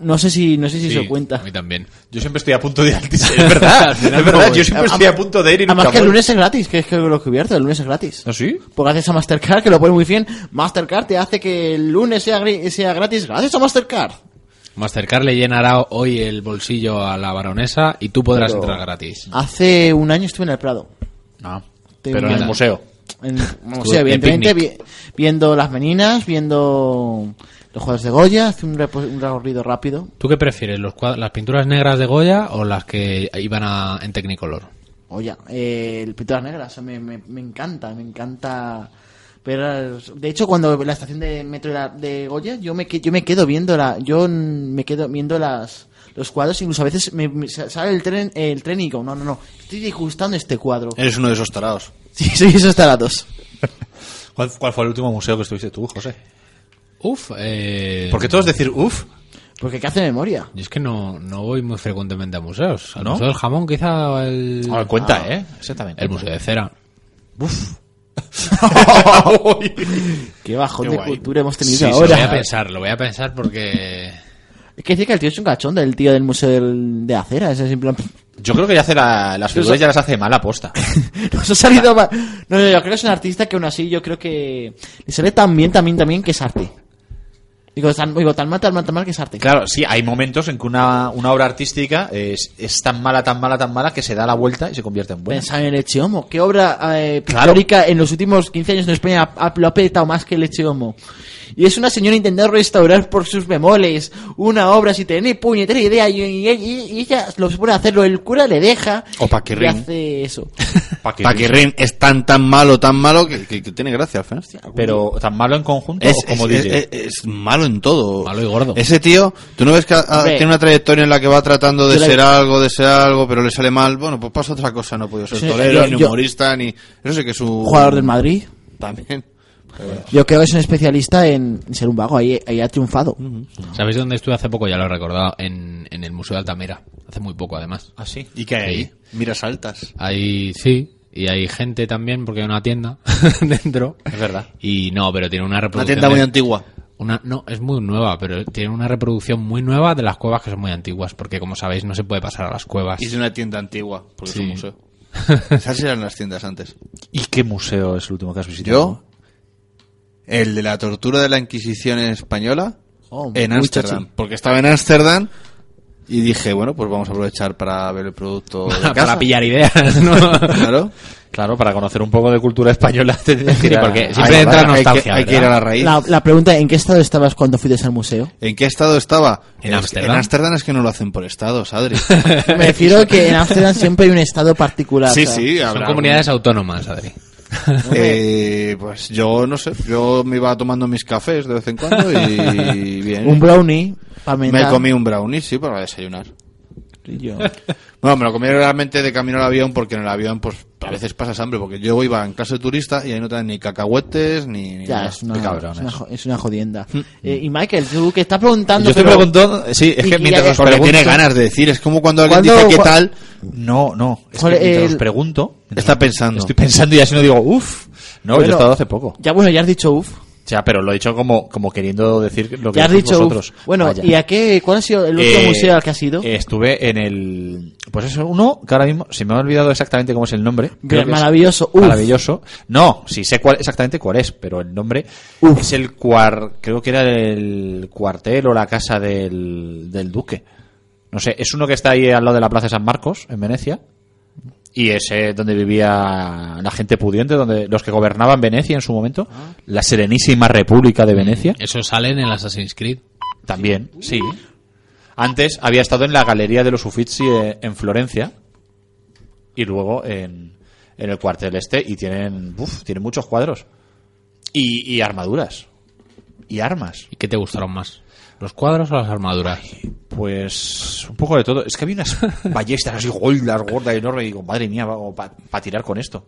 I: No sé si, no sé si se cuenta.
J: A mí también.
G: Yo siempre estoy a punto <laughs> de ir al Thyssen, Es verdad, es verdad. Yo siempre estoy a punto de ir y nunca
I: Además que el
G: voy.
I: lunes es gratis, que es que lo he cubierto, el lunes es gratis.
G: ¿Ah, sí?
I: Pues gracias a Mastercard, que lo pone muy bien, Mastercard te hace que el lunes sea, gri- sea gratis gracias a Mastercard.
J: Mastercard le llenará hoy el bolsillo a la baronesa y tú podrás entrar gratis.
I: Hace un año estuve en el Prado.
G: No.
I: Te
G: Pero en
I: mandan.
G: el museo.
I: En, o
J: Estuve
I: sea,
J: de
I: evidentemente,
J: picnic.
I: vi- viendo las meninas, viendo los juegos de Goya, hace un, repo- un recorrido rápido.
J: ¿Tú qué prefieres, los cuad- las pinturas negras de Goya o las que iban a- en Technicolor?
I: Oye, eh, el Pinturas Negras, me, me, me encanta, me encanta. Pero, de hecho, cuando la estación de metro era de Goya, yo me, que- yo me quedo viendo la, yo mm, me quedo viendo las, los cuadros, incluso a veces me, me sa- sale el tren, el tren y digo, no, no, no, estoy disgustando este
J: <laughs>
I: cuadro.
H: Eres uno de esos tarados.
I: Sí, soy esos tarados.
G: ¿Cuál, cuál fue el último museo que estuviste tú, José?
J: Uf, eh...
G: Porque todos decir, uff,
I: Porque ¿qué hace memoria?
J: Yo es que no, no voy muy frecuentemente a museos. Al
G: ¿No?
J: Museo del Jamón quizá o al...
G: ahora cuenta, ¿eh? Exactamente.
J: El Museo de Cera.
I: Qué bajón
G: Qué
I: de
G: guay.
I: cultura hemos tenido
J: Sí, sí, lo voy a
I: ahora.
J: pensar, lo voy a pensar porque...
I: Es que decir que el tío es un cachondo, el tío del museo del- de acera, ese es en plan...
G: <laughs> Yo creo que ya hace la- las figuras ya las hace mal aposta.
I: Nos Pues ha salido mal. No, no, yo creo que es un artista que aún así yo creo que le sale tan bien, tan bien, tan bien que es arte. Digo, tan, digo, tan mal, tan mal, tan mal que es arte.
G: Claro, sí, hay momentos en que una, una obra artística es, es tan mala, tan mala, tan mala que se da la vuelta y se convierte en buena.
I: Pensar en el Leche Homo. ¿Qué obra eh,
G: Claro.
I: pictórica en los últimos 15 años en España ha- ha- lo ha petado más que el Leche Homo? Y es una señora intentando restaurar por sus bemoles una obra sin tener ni puñetera idea y, y- y- y ella lo supone hacerlo. El cura le deja
H: O paquirrín.
I: y hace eso.
G: <laughs> Paquirrín.
H: Paquirrín es tan, tan malo, tan malo que, que- que tiene gracia al final.
G: Pero tan malo en conjunto
H: Es,
G: o como
H: es-
G: DJ.
H: es- es malo en todo.
J: Malo y gordo.
H: Ese tío, tú no ves que ah,
I: Hombre.
H: tiene una trayectoria en la que va tratando de
I: Yo le-
H: ser algo, de ser algo, pero le sale mal. Bueno, pues pasa otra cosa. No ha podido ser
I: Sí,
H: torero,
I: yo-
H: ni
I: yo-
H: humorista, ni. Eso sé que es un.
I: Jugador del Madrid.
H: También.
I: Yo creo que es un especialista en ser un vago. Ahí, ahí ha triunfado.
J: ¿Sabéis dónde estuve hace poco? Ya lo he recordado. En, en el Museo de Altamira. Hace muy poco, además.
G: Ah, sí.
H: ¿Y qué
J: hay ahí?
H: Miras altas.
J: Ahí sí. Y hay gente también porque hay una tienda <laughs> dentro.
G: Es verdad.
J: Y no, pero tiene una
H: Una
J: reproducción...
H: tienda muy
J: de-
H: antigua.
J: Una, no, es muy nueva, pero tiene una reproducción muy nueva de las cuevas que son muy antiguas, porque como sabéis no se puede pasar a las cuevas. <laughs>
H: Y es una tienda antigua, porque es un
J: Sí.
H: museo. <laughs> Esas eran las tiendas antes.
G: ¿Y qué museo es el último que has
H: Yo,
G: visitado?
H: el de la tortura de la Inquisición española
I: Oh,
H: en
I: muy
H: Ámsterdam.
I: chachi.
H: Porque estaba en Ámsterdam y dije, bueno, pues vamos a aprovechar para ver el producto <laughs> de
J: Para,
H: casa.
J: pillar ideas, <laughs> ¿no?
H: Claro.
G: Claro, para conocer un poco de cultura española <laughs> tendrías que ir a-
J: porque
G: Ay,
J: siempre
H: Hay-
J: entra
H: hay que-
J: nostalgia.
H: Hay que, ir a
J: ¿verdad?
H: la raíz.
I: La, la pregunta, ¿en qué estado estabas cuando fuiste al museo?
H: ¿En qué estado estaba?
J: ¿En
H: Es-
J: Ámsterdam?
H: En Ámsterdam es que no lo hacen por
J: <laughs>
H: estados, Adri.
I: Me refiero que en Ámsterdam siempre hay un estado particular.
H: sí,
I: o sea,
H: sí.
J: Son
H: habrá
J: comunidades autónomas, Adri.
H: algún- Eh, pues yo no sé. Yo me iba tomando mis cafés de vez en cuando
J: <laughs>
H: y bien.
I: Un brownie, pavimentar.
H: me comí un brownie, sí, para desayunar.
I: Y yo-
H: Bueno, me lo comí realmente de camino al avión porque en el avión pues a veces pasas hambre porque yo iba en clase turista y ahí no te dan ni cacahuetes ni... ni
I: Ya,
H: nada.
I: es una,
G: Qué cabrones.
I: es una jo- es
H: <laughs>
I: una jodienda.
H: Mm.
I: Eh, y Michael, tú que estás preguntando...
G: Yo estoy
I: pero-
G: preguntando, sí, es
I: Y-
G: que
I: y
G: mientras
I: ya-
G: os
H: Porque
G: pregunto,
H: tiene ganas de decir, es como cuando alguien
I: ¿Cuándo-
H: dice qué
I: cua-
H: tal,
G: No, no, es que
I: Joder,
G: mientras
I: el-
G: os pregunto,
H: está pensando.
G: estoy pensando y así no digo, uff. No, yo he
I: Bueno,
G: estado hace poco.
I: Ya bueno, ya has dicho uff.
G: O sea, pero lo he dicho como, como queriendo decir lo que
I: Ya has
G: decís
I: dicho
G: vosotros.
I: uf. Bueno,
G: Vaya.
I: ¿y a qué? ¿Cuál ha sido el último
G: Eh,
I: museo al que has ido?
G: eh, Estuve en el. Pues es uno que ahora mismo se me ha olvidado exactamente cómo es el nombre. Creo que es
I: maravilloso, uf.
G: Maravilloso. No, sí sé cuál, exactamente cuál es, pero el nombre
I: Uf.
G: es el cuar. Creo que era el cuartel o la casa del, del duque. No sé, es uno que está ahí al lado de la Plaza de San Marcos, en Venecia. Y ese donde vivía la gente pudiente, donde los que gobernaban Venecia en su momento,
I: Ah.
G: la Serenísima República de Venecia,
J: Eso sale en el Assassin's Creed.
G: también, sí. Antes había estado en la Galería de los Uffizi eh, en Florencia y luego en, en el cuartel este y tienen, uf, tienen muchos cuadros y, y armaduras y armas.
J: ¿Y qué te gustaron más? ¿Los cuadros o las armaduras?
G: Pues un poco de todo. Es que había <laughs> unas ballestas así gordas, gordas, enormes. Y digo, madre mía, para tirar con esto.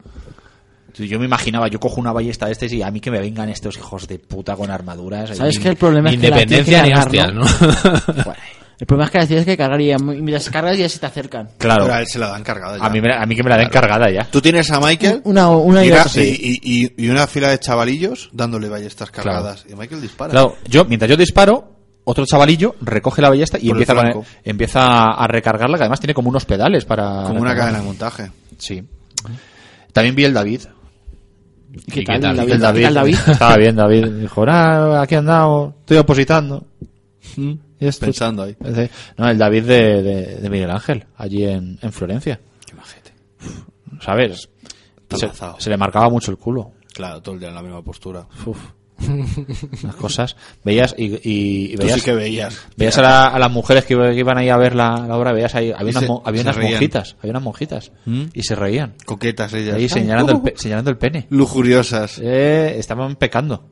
G: Yo- Yo me imaginaba, yo cojo una ballesta de estas y a mí que me vengan estos hijos de puta con armaduras.
I: ¿Sabes
G: Ahí-
I: qué? El problema es que la tienes que
J: Independencia ni
I: cargar,
J: hostias, ¿no?
I: <laughs>
G: Bueno,
I: El problema es que la tienes que cargar y ya- y mientras cargas ya se te acercan.
G: Claro,
H: Pero a él se la dan cargada ya.
G: a mí, me la- a mí que me la den cargada ya.
H: Tú tienes a Michael
I: Una, una
H: y,
I: y
H: una,
I: otra.
H: y- y- y- y una fila de chavalillos dándole ballestas cargadas. Y Michael dispara.
G: Claro, yo, mientras yo disparo, otro chavalillo recoge la ballesta y
H: Por el
G: empieza, con- e,
H: flanco.
G: empieza a recargarla, que además tiene como unos pedales para...
H: Como una
G: recargar.
H: cadena de montaje.
G: Sí. También vi el David,
I: ¿Qué
J: ¿Y
I: tal,
J: qué tal?
I: David?
G: El David.
I: ¿Qué
G: <laughs>
I: tal, David?
G: Estaba bien, David. Dijo, ah, aquí andamos, estoy opositando.
H: Mm.
G: Y esto-
H: Pensando ahí.
G: Ese- No, el David de, de- de Miguel Ángel, allí en, en Florencia. Uf, ¿Sabes? Se,
H: lanzado.
G: se le marcaba mucho el culo.
H: Claro, todo el día en la misma postura.
G: Uf. Las cosas. Veías y, y- y
H: Tú
G: veías,
H: sí que veías.
G: veías a, la- a las mujeres que, iba- que iban ahí a ver la, la obra, veías ahí, había
H: Y
G: unas,
H: se-
G: mo- había
H: se
G: unas
H: reían.
G: monjitas, había unas monjitas
H: ¿Mm?
G: y se reían.
H: Coquetas ellas.
G: Ahí
H: Ay, <laughs>
G: señalando, el
H: uh,
G: pe- señalando el pene.
H: Lujuriosas.
G: Eh, estaban pecando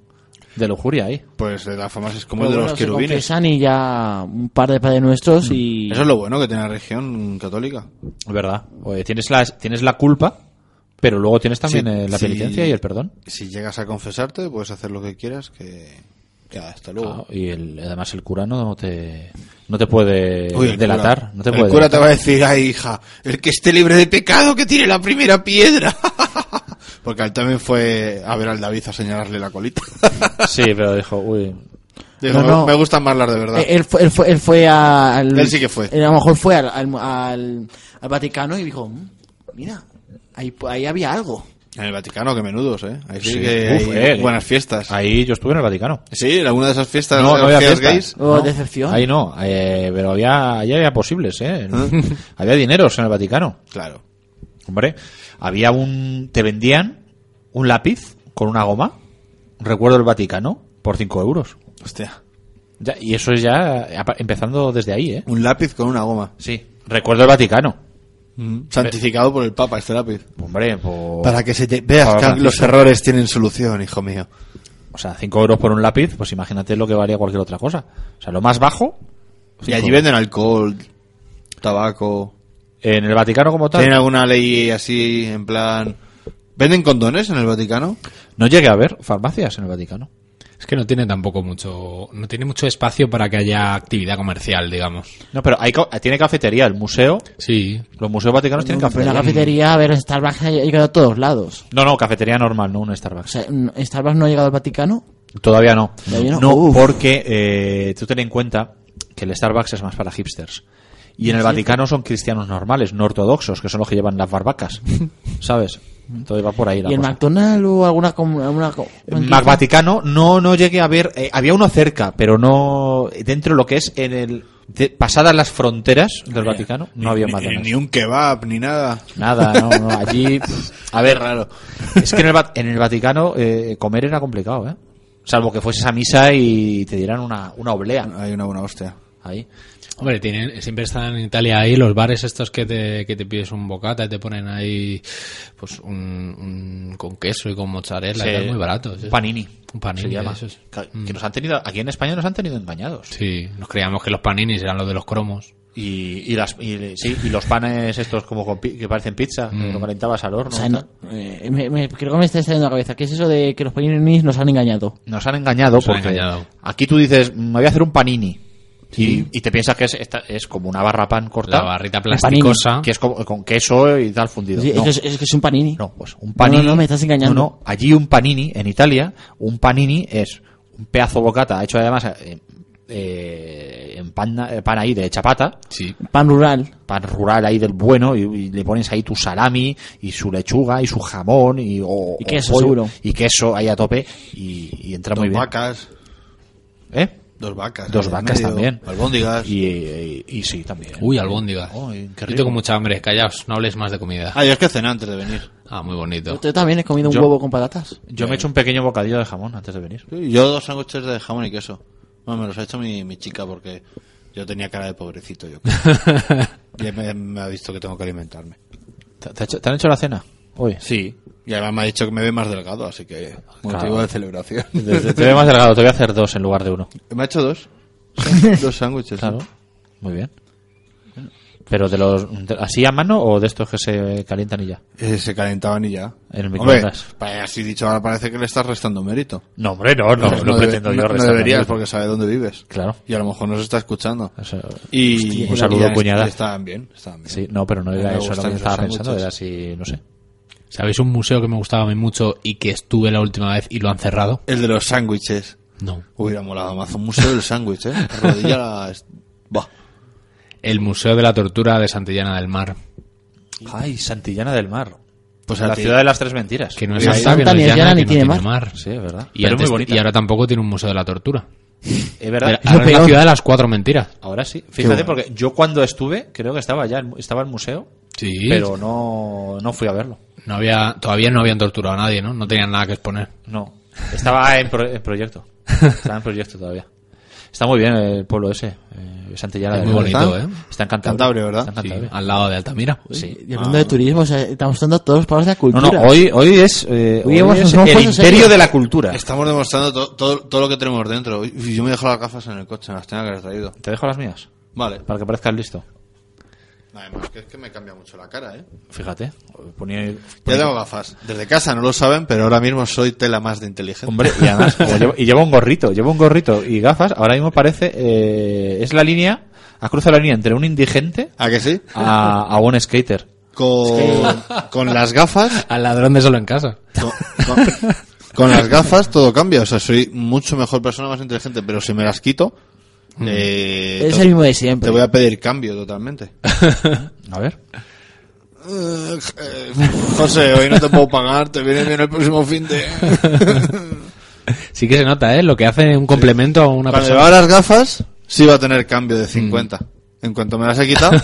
G: de lujuria ahí.
H: Pues de las famas es como
I: Pero
H: el de
I: bueno,
H: los
I: se
H: querubines. Mm.
I: confesan y ya un par de padres nuestros y...
H: Eso es lo bueno que tiene la religión católica.
G: Es verdad. Oye, tienes la, tienes la culpa, pero luego tienes también
H: Sí,
G: eh, la
H: sí.
G: penitencia y el perdón.
H: Si llegas a confesarte, puedes hacer lo que quieras, que... Ya, hasta luego.
G: Ah, y el- además el cura no te, no te puede
H: Uy, el
G: Ah, eh, delatar.
H: cura.
G: No te
H: el
G: puede
H: cura te
G: delatar.
H: va a decir, ay hija, el que esté libre de pecado que tire la primera piedra. <laughs> Porque él también fue a ver al David a señalarle la colita.
G: Sí, pero dijo, uy.
H: Digo,
I: No, no.
H: Me, me gustan más las de verdad.
I: Eh, Él, fue- él fue, él fue a- al...
H: Él sí que fue.
I: él a lo mejor fue al, al, al- al Vaticano y dijo, "Mm, mira, ahí, ahí había algo.
H: En el Vaticano, que menudos, ¿eh? Ahí sí,
G: Sí.
H: que
G: Uf,
H: hay
G: eh.
H: buenas fiestas.
G: Ahí yo estuve en el Vaticano.
H: Sí, en alguna de esas fiestas,
G: No,
H: de
G: no había
H: orgías
G: fiesta.
H: gays.
I: Oh,
G: No,
I: decepción.
G: Ahí no, eh, pero había, ahí había posibles, ¿eh? <laughs> había dineros en el Vaticano.
H: Claro.
G: Hombre, había un. Te vendían un lápiz con una goma, recuerdo el Vaticano, por 5 euros.
H: Hostia.
G: Ya, y eso es ya eh, apa- empezando desde ahí, ¿eh?
H: Un lápiz con una goma.
G: Sí. Recuerdo el Vaticano. Mm.
H: Santificado por el Papa, este lápiz.
G: Hombre, pues...
H: Para que se te veas
G: Papa
H: que
G: Francisco.
H: los errores tienen solución, hijo mío.
G: O sea, 5 euros por un lápiz, pues imagínate lo que valía cualquier otra cosa. O sea, lo más bajo...
H: Y
G: cinco
H: allí
G: euros.
H: venden alcohol, tabaco.
G: En el Vaticano como tal...
H: ¿Tienen alguna ley así, en plan. ¿Venden condones en el Vaticano?
G: No llegué a ver farmacias en el Vaticano.
J: Es que no tiene tampoco mucho, no tiene mucho espacio para que haya actividad comercial, digamos.
G: No, pero hay, ca- tiene cafetería, el museo...
J: Sí.
G: Los museos vaticanos tienen
I: Pero en la
G: cafetería.
I: cafetería, a ver, Starbucks ha llegado a todos lados.
G: No, no, cafetería normal, no un
I: O
G: Starbucks. ¿eh?
I: sea, n- Starbucks no ha llegado al Vaticano.
G: Todavía no.
I: Todavía no.
G: no,
I: Uf.
G: porque eh, tú ten en cuenta que el Starbucks es más para hipsters. Y en el Vaticano son cristianos normales, no ortodoxos, que son los que llevan las
I: <laughs>
G: barbacas. ¿Sabes? Entonces va por ahí la
I: ¿Y el
G: cosa.
I: McDonald's o alguna... com- alguna co-
G: pues, Mac Vaticano no, no llegué a ver. eh, había uno cerca, pero no. Dentro de lo que es en el. de- pasadas las fronteras del Vaticano, no había
H: ni,
G: más
H: ni un kebab, ni nada.
G: Nada, no, no, Allí. pff, A ver, raro. Es que en el, Va- en el Vaticano eh, comer era complicado, ¿eh? Salvo que fueses a misa y te dieran una, una oblea
H: Hay una buena hostia.
G: ahí.
J: Hombre, tienen, siempre están en Italia ahí los bares estos que te, que te pides un bocata y te ponen ahí pues un, un- con queso y con mozzarella, y
G: Sí.
J: tal, muy ¿eh? barato. sí.
G: Un panini.
J: Un panini,
G: se llama.
J: eso es.
G: Ca- Que nos han tenido, aquí en España nos han tenido engañados.
J: Sí, nos creíamos que los paninis eran los de los cromos.
G: Y, y, las, y, sí, y los panes estos como con pi- que parecen pizza,
J: Mm.
G: que lo calentabas al horno.
I: O sea,
G: y
I: no-
G: tal.
I: eh, me- me- creo que me está estallando la cabeza. ¿Qué es eso de que los paninis nos han engañado?
G: Nos han engañado
J: Nos han
G: porque
J: engañado.
G: aquí tú dices, me voy a hacer un panini. Y, y te piensas que es, esta- es como una barra pan corta.
J: La barrita
I: panini,
J: plasticosa.
G: Que es como- con queso y tal fundido.
I: Sí,
G: No.
I: es, que es- es que es un panini.
G: No, pues un panini.
I: No, no, no, me estás engañando.
G: No, no, allí un panini, en Italia, un panini es un pedazo bocata hecho además eh, eh, en pan, eh, pan ahí de chapata,
J: Sí.
I: Pan rural.
G: pan rural ahí del bueno, y, y le pones ahí tu salami, y su lechuga, y su jamón, y, o-
I: Y
G: o
I: queso, seguro.
G: Y queso ahí a tope, y, y entra muy bien.
H: Vacas.
G: ¿Eh?
H: Dos vacas.
G: Dos
H: ahí en
G: vacas
H: medio,
G: también.
H: Albóndigas.
G: Y, eh, y- y sí, también.
J: Uy, albóndigas.
H: Uy, qué
J: Yo
H: rico.
J: tengo mucha hambre. Callaos, no habléis más de comida.
H: Ah, yo es que cené antes de venir.
J: Ah, muy bonito.
I: Usted también he comido un
G: Yo-
I: huevo con patatas.
G: Yo me he hecho un pequeño bocadillo de jamón antes de venir.
H: Sí, Yo dos sándwiches de jamón y queso. Bueno, me los ha hecho mi, mi chica porque yo tenía cara de pobrecito, yo
G: <laughs>
H: creo. y me, me ha visto que tengo que alimentarme.
G: ¿Te, te ha hecho- te han hecho la cena? Hoy.
H: Sí. Y además me ha dicho que me ve más delgado, así que motivo
G: Claro.
H: de celebración.
G: <laughs> Desde- te veo más delgado, te voy a hacer dos en lugar de uno.
H: <laughs> me ha hecho dos.
G: <laughs>
H: dos sándwiches.
G: Claro. Muy bien. Pero de los. de- ¿Así a mano o de estos que se calientan y ya?
H: Eh, se calentaban y ya.
G: En el
H: Hombre,
G: microondas.
H: pa- así dicho, ahora parece que le estás restando mérito.
G: No, hombre, no, no,
H: Entonces
G: no
H: debe-
G: pretendo yo
H: no- No
G: restar
H: deberías
G: nada.
H: porque sabe dónde vives.
G: Claro.
H: Y a lo mejor nos está escuchando.
G: O sea,
H: Y
G: un saludo,
H: y ya-
G: cuñada.
H: y Estaban bien, estaban bien.
G: sí, no, pero no
H: Me
G: era eso lo
H: gustan
G: que
H: esos
G: estaba pensando,
H: sándwiches.
G: era así, no sé.
J: ¿Sabéis un museo que me gustaba a mí mucho y que estuve la última vez y lo han cerrado?
H: El de los sándwiches.
J: No.
H: Hubiera molado más un museo del sándwich, ¿eh? Rodilla... Bah.
J: El Museo de la Tortura de Santillana del Mar.
G: Ay, Santillana del Mar.
H: Pues
G: la
H: Santi-
G: ciudad de las tres mentiras.
J: Que no es
I: Ni es
J: santa, que no
I: santa, ni
J: es
I: es
J: llana,
I: llana,
J: que
I: ni
J: no
I: tiene
J: tiene
I: mar.
J: mar.
G: Sí, es verdad.
J: Y,
G: pero
J: antes-
G: muy bonita.
J: y ahora tampoco tiene un Museo de la Tortura.
G: es verdad.
J: Pero ahora es la
I: peor.
J: ciudad de las cuatro mentiras.
G: Ahora sí. Fíjate,
H: bueno.
G: porque yo cuando estuve, creo que estaba ya, el- estaba el museo,
J: Sí.
G: pero no, no fui a verlo.
J: No había, todavía no habían torturado a nadie, ¿no? No tenían nada que exponer.
G: No. Estaba en, pro- en proyecto. Estaba en proyecto todavía. Está muy bien el pueblo ese, eh, Santillana
J: Es
G: del
J: muy
G: Mar.
J: bonito,
H: ¿Está?
J: ¿eh?
G: Está en Cantabria.
H: Cantabria, ¿verdad?
G: Está en
J: Sí, Ah,
G: Cantabria.
J: al lado de Altamira.
G: Sí.
I: Y hablando de turismo, o sea, estamos dando todos los palos de la
G: No,
I: cultura.
G: no, hoy, hoy es, eh,
I: Hoy
G: hoy
I: hemos-
G: es
I: nos hemos
G: el
I: puesto
G: imperio
I: serios.
G: de la cultura.
H: Estamos demostrando to- todo, todo lo que tenemos dentro. Uy, Yo me he dejado las gafas en el coche, me las tenía que haber traído.
G: Te dejo las mías,
H: Vale.
G: para que parezcas listo.
H: Además, que es que me cambia mucho la cara, ¿eh?
G: Fíjate. ponía-
H: Ya tengo gafas. Desde casa no lo saben, pero ahora mismo soy tela más de inteligente.
G: Hombre, y además, como llevo- y lleva un gorrito, lleva un gorrito y gafas, ahora mismo parece, eh, es la línea, ha cruzado la línea entre un indigente
H: ¿A que sí?
G: a, a un skater.
H: Con, con las gafas...
J: Al ladrón de solo en casa.
H: Con, con- con las gafas todo cambia. O sea, soy mucho mejor persona, más inteligente, pero si me las quito...
G: Mm.
H: eh,
I: Es
H: to-
I: el mismo de
H: te
I: siempre.
H: voy a pedir cambio totalmente.
G: A ver.
H: Eh, eh, <laughs> José, hoy no te puedo pagar, te viene bien el próximo fin <laughs> de...
J: Sí que se nota, ¿eh? Lo que hace un complemento a una persona.
H: Cuando llevaba las gafas, sí va a tener cambio de 50. En cuanto me las he <laughs> quitado,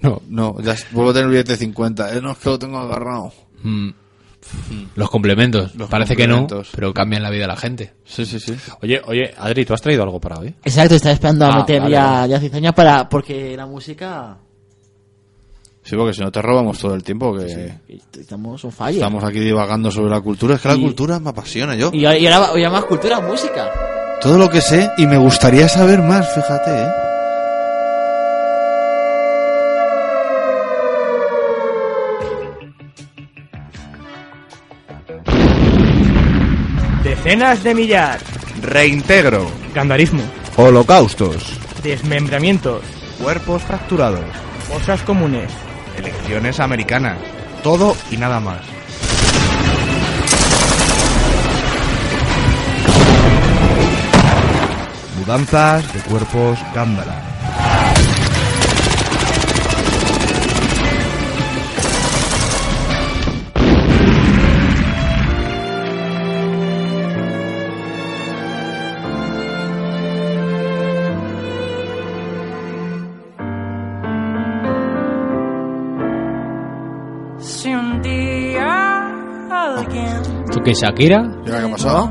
J: No.
H: no, ya s- vuelvo a tener un billete de 50. Eh, no, es que lo tengo agarrado.
J: Mm. Los complementos.
H: Los
J: Parece que no,
H: complementos.
J: pero cambian la vida de la gente.
H: Sí, sí, sí.
G: Oye, oye, Adri, ¿tú has traído algo para hoy?
I: Exacto, estaba esperando a
G: Ah,
I: meter
G: vale,
I: ya,
G: vale.
I: ya cizaña para, porque la música...
H: Sí, porque si no te robamos todo el tiempo que
I: Estamos on fire.
H: estamos aquí divagando sobre la cultura. Es que la
I: Y-
H: cultura me apasiona yo.
I: Y ahora, y ahora- y ahora más cultura, música.
H: Todo lo que sé y me gustaría saber más, fíjate, ¿eh?
F: Decenas de millar.
K: Reintegro.
F: Gandarismo.
K: Holocaustos.
F: Desmembramientos.
K: Cuerpos fracturados.
F: Cosas comunes.
K: Elecciones americanas. Todo y nada más. Mudanzas de cuerpos gándara.
F: Si un día alguien
J: ¿Tú qué, Shakira?
H: ¿Y ahora qué ha pasado?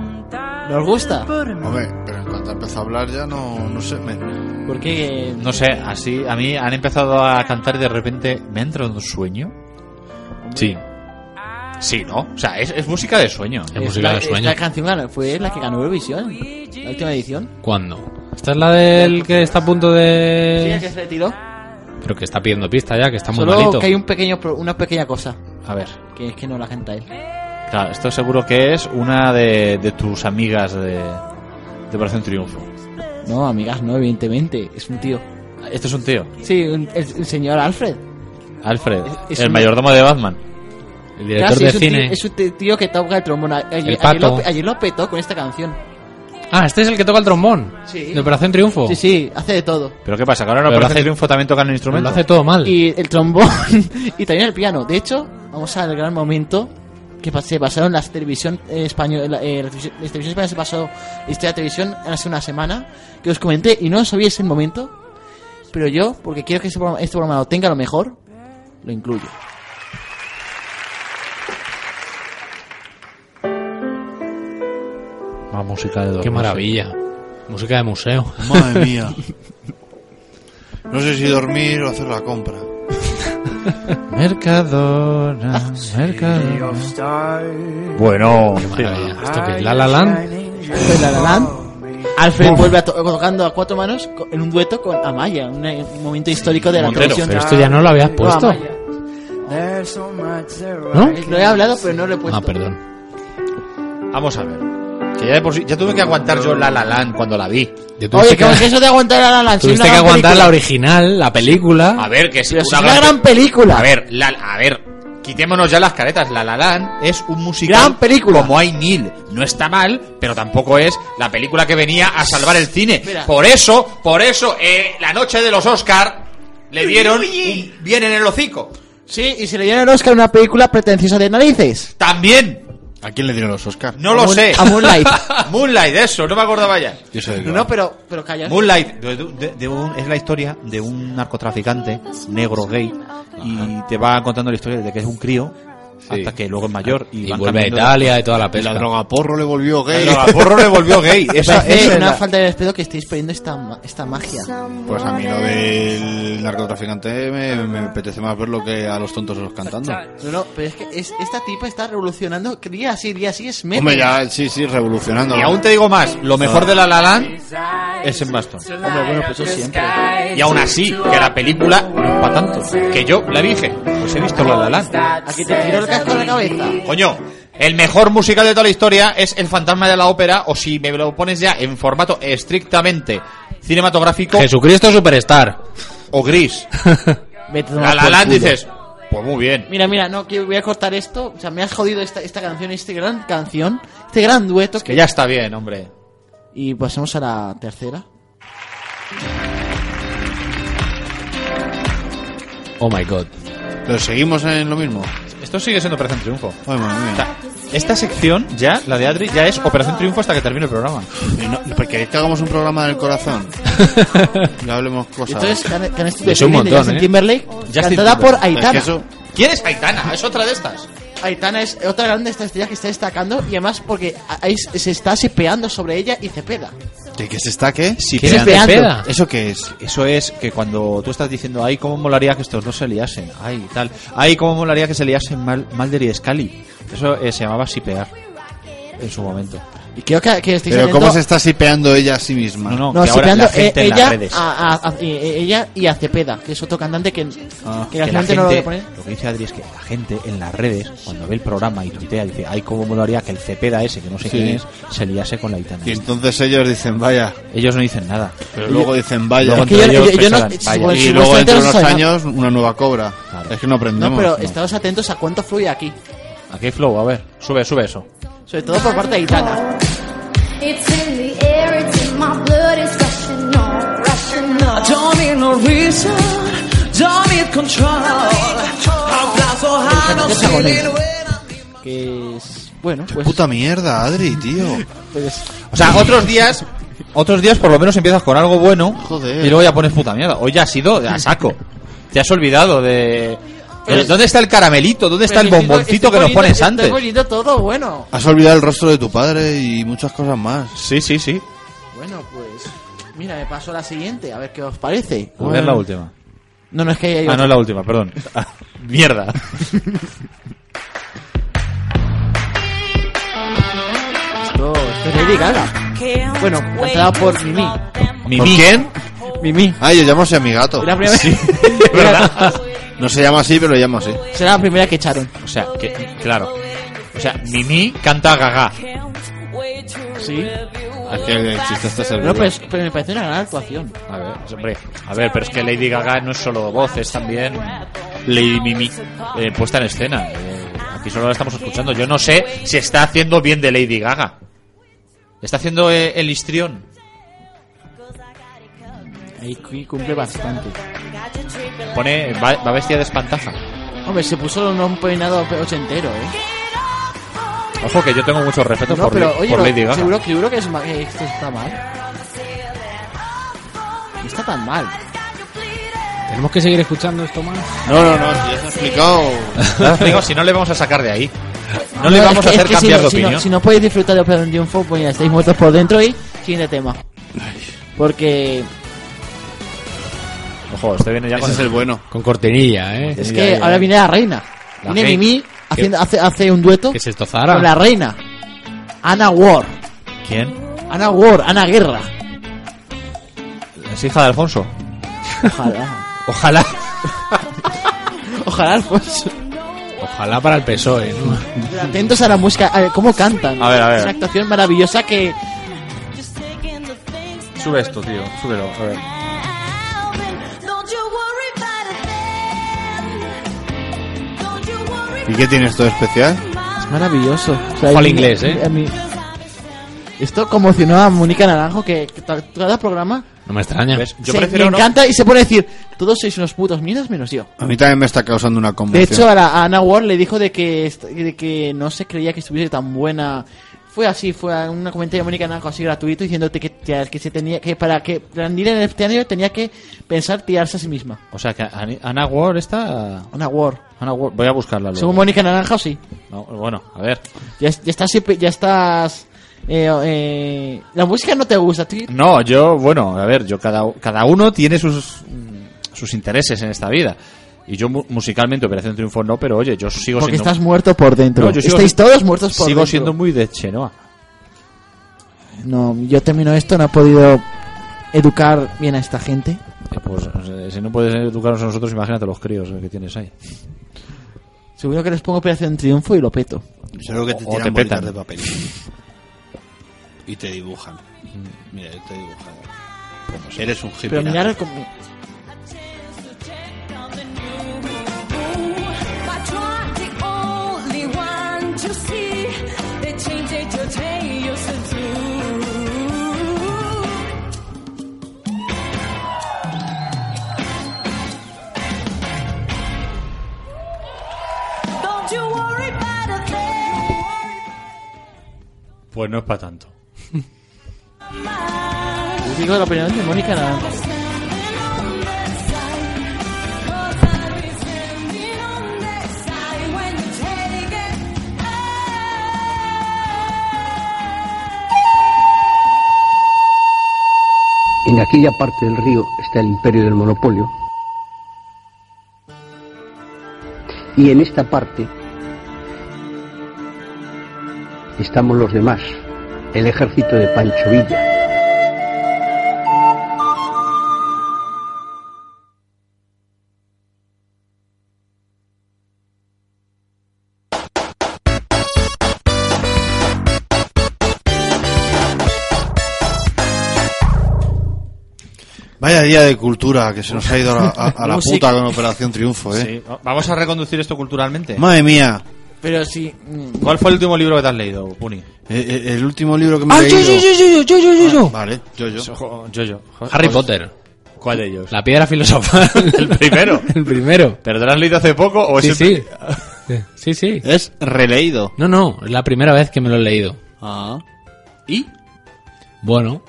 I: Nos gusta.
H: Hombre, pero en cuanto empezó a hablar ya no, no sé. me-
I: Porque...
G: No sé, así, a mí han empezado a cantar y de repente me ha entrado un sueño.
J: Sí.
G: Sí, ¿no? O sea, es, es música de sueño.
J: Es música
I: la,
J: de sueño.
I: esta canción ganó- fue la que ganó Eurovisión. La última edición.
J: ¿Cuándo? ¿Esta es la del que está a punto
I: Sí, la
J: de...?
I: que se retiró.
J: Pero que está pidiendo pista ya, que está muy
I: Solo
J: malito.
I: que hay un pequeño, pro- una pequeña cosa.
G: A ver,
I: Que es que no la gente a él.
G: claro, esto seguro que es una de, de tus amigas de, de Operación Triunfo.
I: No, amigas, no, evidentemente. Es un tío.
G: Esto es un tío,
I: Sí, un- el, el señor Alfred.
G: Alfred,
I: Es- es
G: el
I: un-
G: mayordomo de Batman.
J: El director
I: Casi,
J: de
I: es, un
J: cine.
I: Tío, es un tío- tío que toca el trombón. A- Ayer,
J: El pato.
I: ayer lo, pe- ayer lo petó con esta canción.
J: Ah, este es el que toca el trombón.
I: Sí.
J: De Operación Triunfo.
I: Sí, sí, hace de todo.
G: Pero ¿qué pasa? Que ahora en
J: Pero lo
G: Operación
J: hace-
G: Triunfo también tocan el
J: Lo
G: instrumento.
J: hace todo mal.
I: <laughs> Y el trombón y también el piano. De hecho, vamos al gran momento que pas- se basaron las televisión eh, española, eh, la televisión, la televisión española se pasó la historia de la televisión hace una semana que os comenté y no lo sabíais en el momento, pero yo, porque quiero que este programa, este programa lo tenga lo mejor, lo incluyo.
G: Más música de dormir.
J: Qué maravilla. Música de museo.
H: Madre mía. No sé si dormir o hacer la compra.
G: Mercadona,
I: Ah,
G: Mercadona. Bueno,
J: ¿Esto qué es? ¿La La Land?
I: Alfred La La Land. Alfred vuelve a to- tocando a cuatro manos co- en un dueto con Amaya, un, eh, un momento histórico de la
J: Montero,
I: televisión.
J: pero esto ya no lo habías puesto.
I: Amaya. Lo he hablado, pero no lo he puesto.
J: Ah, perdón.
G: vamos a ver. Que ya, de por sí- ya tuve que aguantar yo la la Land cuando la vi.
J: Yo tuviste
I: Oye,
J: que,
I: ¿cómo es eso de aguantar a la lancha?
J: tuviste que aguantar la original, la película.
G: A ver, que si
I: Pero si es una gran película.
G: A ver, la, a ver, quitémonos ya las caretas. La La Land es un musical
I: Gran película.
G: como hay Neil. No está mal, pero tampoco es la película que venía a salvar el cine.
I: Espera.
G: Por eso, por eso, eh, la noche de los Oscar le dieron un bien en el hocico.
I: Sí, y se le dieron el Oscar a una película pretenciosa de narices.
G: También,
H: ¿A quién le dieron los Oscars?
G: no lo
I: Moon-
G: sé.
I: a Moonlight.
G: <laughs> Moonlight, eso, no me acordaba ya.
H: Yo sé de qué
I: No,
H: va.
I: no, pero, pero calla.
G: Moonlight de- de- de un- es la historia de un narcotraficante negro gay y te va contando la historia desde que es un crío
J: Sí. Ah,
G: hasta que luego es mayor y,
J: Y
G: van
J: vuelve a
G: cambiando-
J: Italia y toda la
H: La
J: pesca.
H: drogaporro le volvió gay.
G: El porro le
H: <laughs>
G: volvió gay. Esa
I: Parece
G: es
I: una
G: la-
I: falta de respeto que estéis perdiendo esta, ma- esta magia.
H: Pues a mí lo del narcotraficante me, me apetece más verlo que a los tontos los cantando.
I: No, no, pero es que es- esta tipa está revolucionando que día así, día así, es meta.
H: Hombre, ya, sí, sí, revolucionando.
G: Y aún te digo más, lo mejor de La La Land es en Boston.
I: Hombre, bueno, pues eso siempre.
G: Y aún así, que la película no va tanto. Que yo la dije, pues he visto La La Land.
I: Aquí te tiro el casco en la cabeza.
G: Coño, el mejor musical de toda la historia es El fantasma de la ópera o si me lo pones ya en formato estrictamente cinematográfico
J: Jesucristo Superstar.
G: o gris.
I: Vete a tomar
G: La La
I: por
G: Land
I: culo.
G: dices, pues muy bien.
I: Mira, mira, no, que voy a cortar esto. O sea, me has jodido esta, esta canción, este gran canción, este gran dueto.
G: Que ya está bien, hombre.
I: Y pasemos a la tercera.
J: Oh my god.
H: Pero seguimos en lo mismo.
G: Esto sigue siendo Operación Triunfo.
H: Ay, madre mía.
G: O sea, esta sección ya, la de Adri, ya es Operación Triunfo hasta que termine el programa.
H: Y no- ¿Por qué que hagamos un programa del <laughs> corazón? Y hablemos cosas.
I: Entonces, can, can estudio
J: Es un
I: Feeling de
J: montón,
I: Justin
J: ¿eh?
I: Timberlake,
G: Justin
I: cantada
G: Timberlake.
I: por Aitana.
H: Es que eso-
G: ¿Quién es Aitana? Es otra de estas.
I: Aitana es otra grande esta estrella que está destacando y además porque ahí se está sepeando sobre ella y cepeda.
H: ¿De qué se está qué?
G: Sí,
J: ¿Quién es
G: pero-
J: Cepeda?
H: ¿Eso qué es?
G: Eso es que cuando tú estás diciendo, ay, cómo molaría que estos dos se liasen, ay, tal, ay, cómo molaría que se liasen Mal Malder y Scully. Eso eh, se llamaba sipear en su momento.
I: Y creo que, que estáis
H: Pero
I: oyendo-
H: ¿cómo se está sipeando ella a sí misma?
G: No, no,
I: No,
G: que ahora
I: sepeando
G: la gente
I: eh,
G: en las
I: ella,
G: redes.
I: a, a- a- eh, ella y a Cepeda, que es otro cantante que,
G: Ah,
I: que
G: que la
I: realmente no lo voy a
G: gente-
I: poner.
G: lo que dice Adri es que la gente en las redes, cuando ve el programa y tuitea, dice, ay, cómo molaría que el Cepeda ese, que no
H: Sí.
G: sé quién es, se liase con la Aitana.
H: Y entonces ellos dicen, vaya.
G: Ellos no dicen nada.
H: Pero luego dicen, vaya.
G: Luego
I: Es que yo- Pues,
G: entre ellos
I: yo- yo no-
G: pensarán,
I: si
G: "Vaya".
I: vos-
H: y luego dentro de unos
I: Supuestamente
H: años, una nueva cobra.
G: Claro.
H: Es que no aprendemos.
I: No, pero estados atentos a cuánto fluye aquí.
G: Aquí hay flow, a ver, sube, sube eso.
I: Sobre todo por parte de Aitana.
L: It's in the air, it's in my blood, it's rushing on, rushing on.
F: Don't need no reason, don't need control. Abrazo a no
I: Que es. Bueno, pues.
H: Puta mierda, Adri, tío.
I: pues-
G: O sea, otros días, otros días por lo menos empiezas con algo bueno
H: Joder.
G: y luego ya pones puta mierda. Hoy ya has sido a saco. Te has olvidado de... de- ¿Dónde está el caramelito? ¿Dónde está el
I: Pero estoy-
G: bomboncito
I: estoy
G: que nos
I: poniendo-
G: pones
I: Estoy
G: antes?
I: poniendo todo bueno.
H: Has olvidado el rostro de tu padre y muchas cosas más.
G: Sí, sí, sí.
I: Bueno, pues. Mira, me paso a la siguiente, a ver qué os parece.
G: A ver la última.
I: No, no es que haya
G: Ah,
I: otra.
G: no es la última, perdón. Ah, <laughs> Mierda.
I: Esto, esto es Lady Gaga. Bueno, cantada por Mimi.
G: ¿Por quién? <laughs>
I: Mimi.
H: Ah, yo llamo así a mi gato.
I: <laughs> Era la primera
G: ¿Verdad?
H: No se llama así, pero lo llamo así.
I: Será la primera que echaron.
G: O sea, que, claro. O sea, Mimi canta gaga.
I: Sí.
H: Aquel el chiste está servido.
I: No, pues, pero, es- pero me parece una gran actuación.
G: A ver, pues, hombre, a ver, pero es que Lady Gaga no es solo voz, es también Lady Mimi eh, puesta en escena. Eh, aquí solo la estamos escuchando. Yo no sé si está haciendo bien de Lady Gaga. Está haciendo eh, el histrión.
I: Ahí cu- cumple bastante.
G: Pone, va, va vestida de espantaja.
I: Hombre, se puso un un peinado ochentero, eh.
G: Ojo que yo tengo muchos respetos
I: No,
G: por,
I: pero
G: Lady-
I: oye,
G: por
I: lo-
G: Lady Gaga.
I: seguro, que- seguro que es ma- que esto está mal. No está tan mal.
J: ¿Tenemos que seguir escuchando esto más?
H: No, no, no, si ya se ha explicado.
G: No, digo, si no le vamos a sacar de ahí. No,
I: es
G: le vamos
I: que-
G: a hacer
I: es que si
G: cambiar
I: no-
G: de
I: si no-
G: opinión.
I: Si no, podéis disfrutar de Operación Triunfo, pues ya estáis muertos por dentro y siguiente tema. Porque
G: Ojo, este viene ya
H: Ese
G: con
H: es el bueno.
J: Con cortinilla, ¿eh?
I: es que ahora viene la reina.
J: La
I: viene
J: rey-
I: Mimi haciendo, hace, hace un dueto
J: ¿Qué es esto, Zahara?
I: con la reina. Ana Ward.
G: ¿Quién?
I: Ana Ward, Ana Guerra.
G: ¿Es hija de Alfonso?
I: Ojalá.
G: Ojalá.
I: <laughs> Ojalá, Alfonso.
J: Ojalá para el PSOE, <laughs> ¿no?
I: Pero atentos a la música, a ver, cómo cantan.
G: A ver, a ver.
I: Es una actuación maravillosa que
G: Sube esto, tío. Súbelo. A ver.
H: ¿Y qué tienes todo especial?
I: es maravilloso. O sea,
J: Ojo al
I: yo-
J: inglés, ¿eh?
I: a mí- esto conmocionó a Mónica Naranjo que, que ta- cada programa
J: No me extraña.
G: ¿Ves? Yo
I: se,
G: prefiero
I: le
G: no.
I: encanta y se pone a decir, todos sois unos putos mierdas menos yo.
H: A mí también me está causando una
I: De
H: conmoción.
I: hecho, a, la- a Anna Ward le dijo de que, est- de que no se creía que estuviese tan buena. Fue así, fue a un comentario de Mónica Naranjo así gratuito diciéndote que, que, que se tenía que para que rendir en este año tenía que pensar tirarse a sí misma.
G: O sea que Ani- Ana Ward está...
I: Ana Ward.
G: Ana Ward- Voy a buscarla luego.
I: Según Mónica Naranjo, sí.
G: No, bueno, a ver.
I: Ya, ya estás. Ya estás eh, eh, la música no te gusta, tío.
G: No, yo, bueno, a ver, yo cada, cada uno tiene sus, mm, sus intereses en esta vida. Y yo mu- musicalmente Operación Triunfo no, pero oye, yo sigo
I: Porque
G: siendo...
I: estás muerto por dentro.
G: No, yo sigo
I: Estáis
G: si-
I: todos muertos por
G: sigo
I: dentro.
G: siendo muy de Chenoa.
I: No, yo termino esto, no he podido educar bien a esta gente.
G: Eh, Pues eh, si no puedes educarnos a nosotros, imagínate los críos eh, que tienes ahí.
I: Seguro que les pongo Operación Triunfo y lo peto.
H: Seguro que te
G: O- o
H: tiran
G: te
H: bolitas de
G: petan.
H: papel. Y te dibujan. Mira, yo te dibujan. Eres un hippie.
I: Pero
H: nada.
I: mirar con-
G: Pues no es para tanto.
I: Digo la opinión de Mónica Naranjo.
M: En aquella parte del río está el imperio del monopolio. Y en esta parte estamos los demás, el ejército de Pancho Villa.
H: Vaya día de cultura que se nos ha ido a la, a- a la
I: Música.
H: puta con Operación Triunfo, ¿eh?
G: Sí. Vamos a reconducir esto culturalmente.
H: Madre mía.
I: Pero sí. mm,
G: ¿Cuál fue el último libro que te has leído, Puni?
H: E- e- El último libro
I: Ah,
H: que me he
J: yo,
H: leído.
J: yo, yo, yo, yo, yo, yo,
G: Ah.
J: yo.
H: Vale, yo, yo.
G: Yo, yo.
J: Harry Potter.
G: ¿Cuál de ellos?
J: La piedra filosofal.
G: El primero.
J: Pues- <laughs> el primero. Pues
G: ¿Pero te lo has leído hace poco o
J: Sí,
G: es
J: sí. Sí, sí.
H: Es releído.
J: No, no, es la primera vez que me lo he leído.
H: Ah. ¿Y?
J: Bueno,